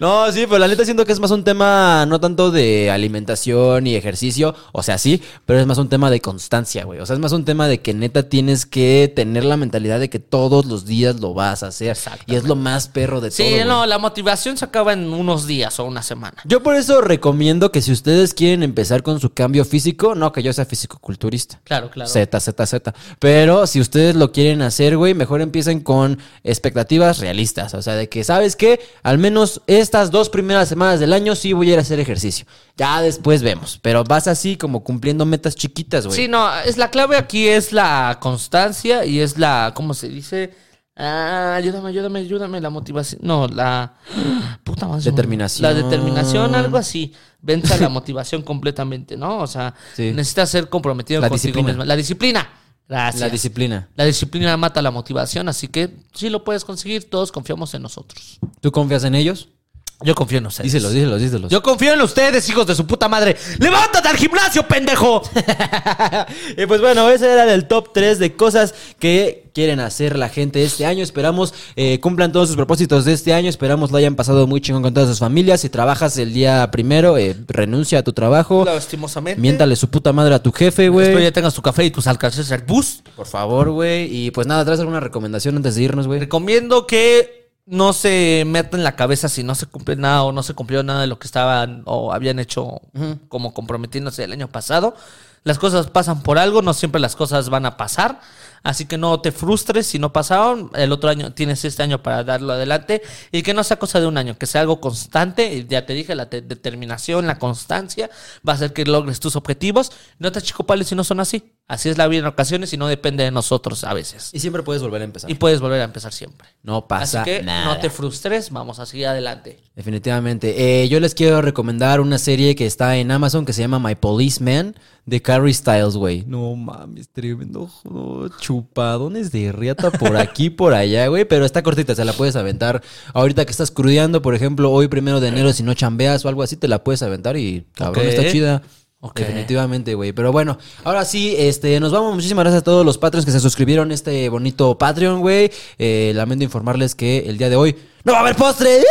Speaker 1: No, sí, pero la neta siento que es más un tema no tanto de alimentación y ejercicio, o sea, sí, pero es más un tema de constancia, güey. O sea, es más un tema de que neta tienes que tener la mentalidad de que todos los días lo vas a hacer. Y es lo más perro de
Speaker 2: Sí,
Speaker 1: todo. güey.
Speaker 2: no, la motivación se acaba en unos días o una semana.
Speaker 1: Yo por eso recomiendo que si ustedes quieren empezar con su cambio físico, no que yo sea fisicoculturista.
Speaker 2: Claro, claro.
Speaker 1: Z, Z, Z. Pero si ustedes lo quieren hacer, güey, mejor empiecen con expectativas realistas. O sea, de que, ¿sabes qué? Al menos estas dos primeras semanas del año sí voy a ir a hacer ejercicio. Ya después vemos. Pero vas así como cumpliendo metas chiquitas, güey.
Speaker 2: Sí, no, es la clave aquí es la constancia y es la, ¿cómo se dice? Ah, ayúdame, ayúdame, ayúdame, la motivación. No, la puta madre, se me-
Speaker 1: Determinación.
Speaker 2: La determinación, algo así. Venta la motivación completamente, ¿no? O sea,
Speaker 1: Sí.
Speaker 2: necesitas ser comprometido
Speaker 1: La
Speaker 2: contigo
Speaker 1: disciplina.
Speaker 2: mismo. La disciplina. Gracias.
Speaker 1: La disciplina.
Speaker 2: La disciplina mata la motivación, así que sí lo puedes conseguir, todos confiamos en nosotros.
Speaker 1: ¿Tú confías en ellos?
Speaker 2: Yo confío en ustedes.
Speaker 1: Díselos, díselos, díselos.
Speaker 2: Yo confío en ustedes, hijos de su puta madre. ¡Levántate al gimnasio, pendejo!
Speaker 1: Y pues bueno, ese era el top 3 de cosas que quieren hacer la gente este año. Esperamos eh, cumplan todos sus propósitos de este año. Esperamos lo hayan pasado muy chingón con todas sus familias. Si trabajas el día primero, eh, renuncia a tu trabajo.
Speaker 2: Lastimosamente.
Speaker 1: Miéntale su puta madre a tu jefe,
Speaker 2: Espero
Speaker 1: güey.
Speaker 2: ya tengas tu café y tus alcances al bus.
Speaker 1: Por favor, güey. Y pues nada, ¿traes alguna recomendación antes de irnos, güey?
Speaker 2: Recomiendo que no se metan en la cabeza si no se cumple nada o no se cumplió nada de lo que estaban o habían hecho como comprometiéndose el año pasado. Las cosas pasan por algo, no siempre las cosas van a pasar. Así que no te frustres si no pasaron. El otro año tienes este año para darlo adelante y que no sea cosa de un año, que sea algo constante. Y Ya te dije, la te- determinación, la constancia va a hacer que logres tus objetivos. No te achicopales si no son así. Así es la vida en ocasiones y no depende de nosotros a veces.
Speaker 1: Y siempre puedes volver a empezar.
Speaker 2: Y puedes volver a empezar siempre.
Speaker 1: No pasa
Speaker 2: Así que
Speaker 1: nada.
Speaker 2: no te frustres, vamos a seguir adelante.
Speaker 1: Definitivamente. Eh, yo les quiero recomendar una serie que está en Amazon que se llama My Policeman de Carrie Styles, güey. No mames, tremendo no, chupadones de riata por aquí, por allá, güey. Pero está cortita, se la puedes aventar. Ahorita que estás crudeando, por ejemplo, hoy primero de enero, si no chambeas o algo así, te la puedes aventar y cabrón,
Speaker 2: Ok.
Speaker 1: está chida.
Speaker 2: Ok.
Speaker 1: Definitivamente, güey. Pero bueno, ahora sí, este, nos vamos. Muchísimas gracias a todos los patrons que se suscribieron a este bonito Patreon, güey. Eh, lamento informarles que el día de hoy no va a haber postre.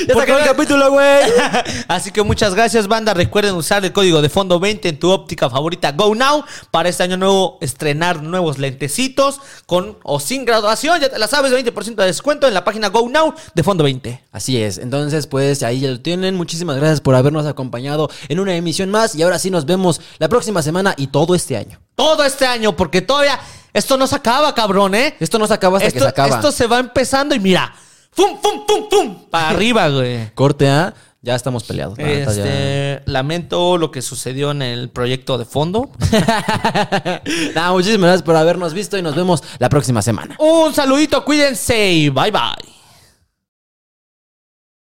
Speaker 1: Ya se
Speaker 2: ¿Por
Speaker 1: acabó el
Speaker 2: qué?
Speaker 1: capítulo, güey.
Speaker 2: Así que muchas gracias, banda. Recuerden usar el código de fondo 20 en tu óptica favorita Go Now para este año nuevo estrenar nuevos lentecitos con o sin graduación. Ya te la sabes, 20% de descuento en la página Go Now de fondo 20.
Speaker 1: Así es. Entonces, pues ahí ya lo tienen. Muchísimas gracias por habernos acompañado en una emisión más. Y ahora sí nos vemos la próxima semana y todo este año.
Speaker 2: Todo este año, porque todavía esto no se acaba, cabrón, ¿eh?
Speaker 1: Esto no se acaba hasta que se acaba.
Speaker 2: esto se va empezando y mira, ¡fum, fum, fum, fum! Para arriba, güey.
Speaker 1: Corte A, ya estamos peleados. La neta, ya.
Speaker 2: Este, lamento lo que sucedió en el proyecto de fondo.
Speaker 1: Nah, muchísimas gracias por habernos visto y nos vemos la próxima semana.
Speaker 2: Un saludito, cuídense y bye bye.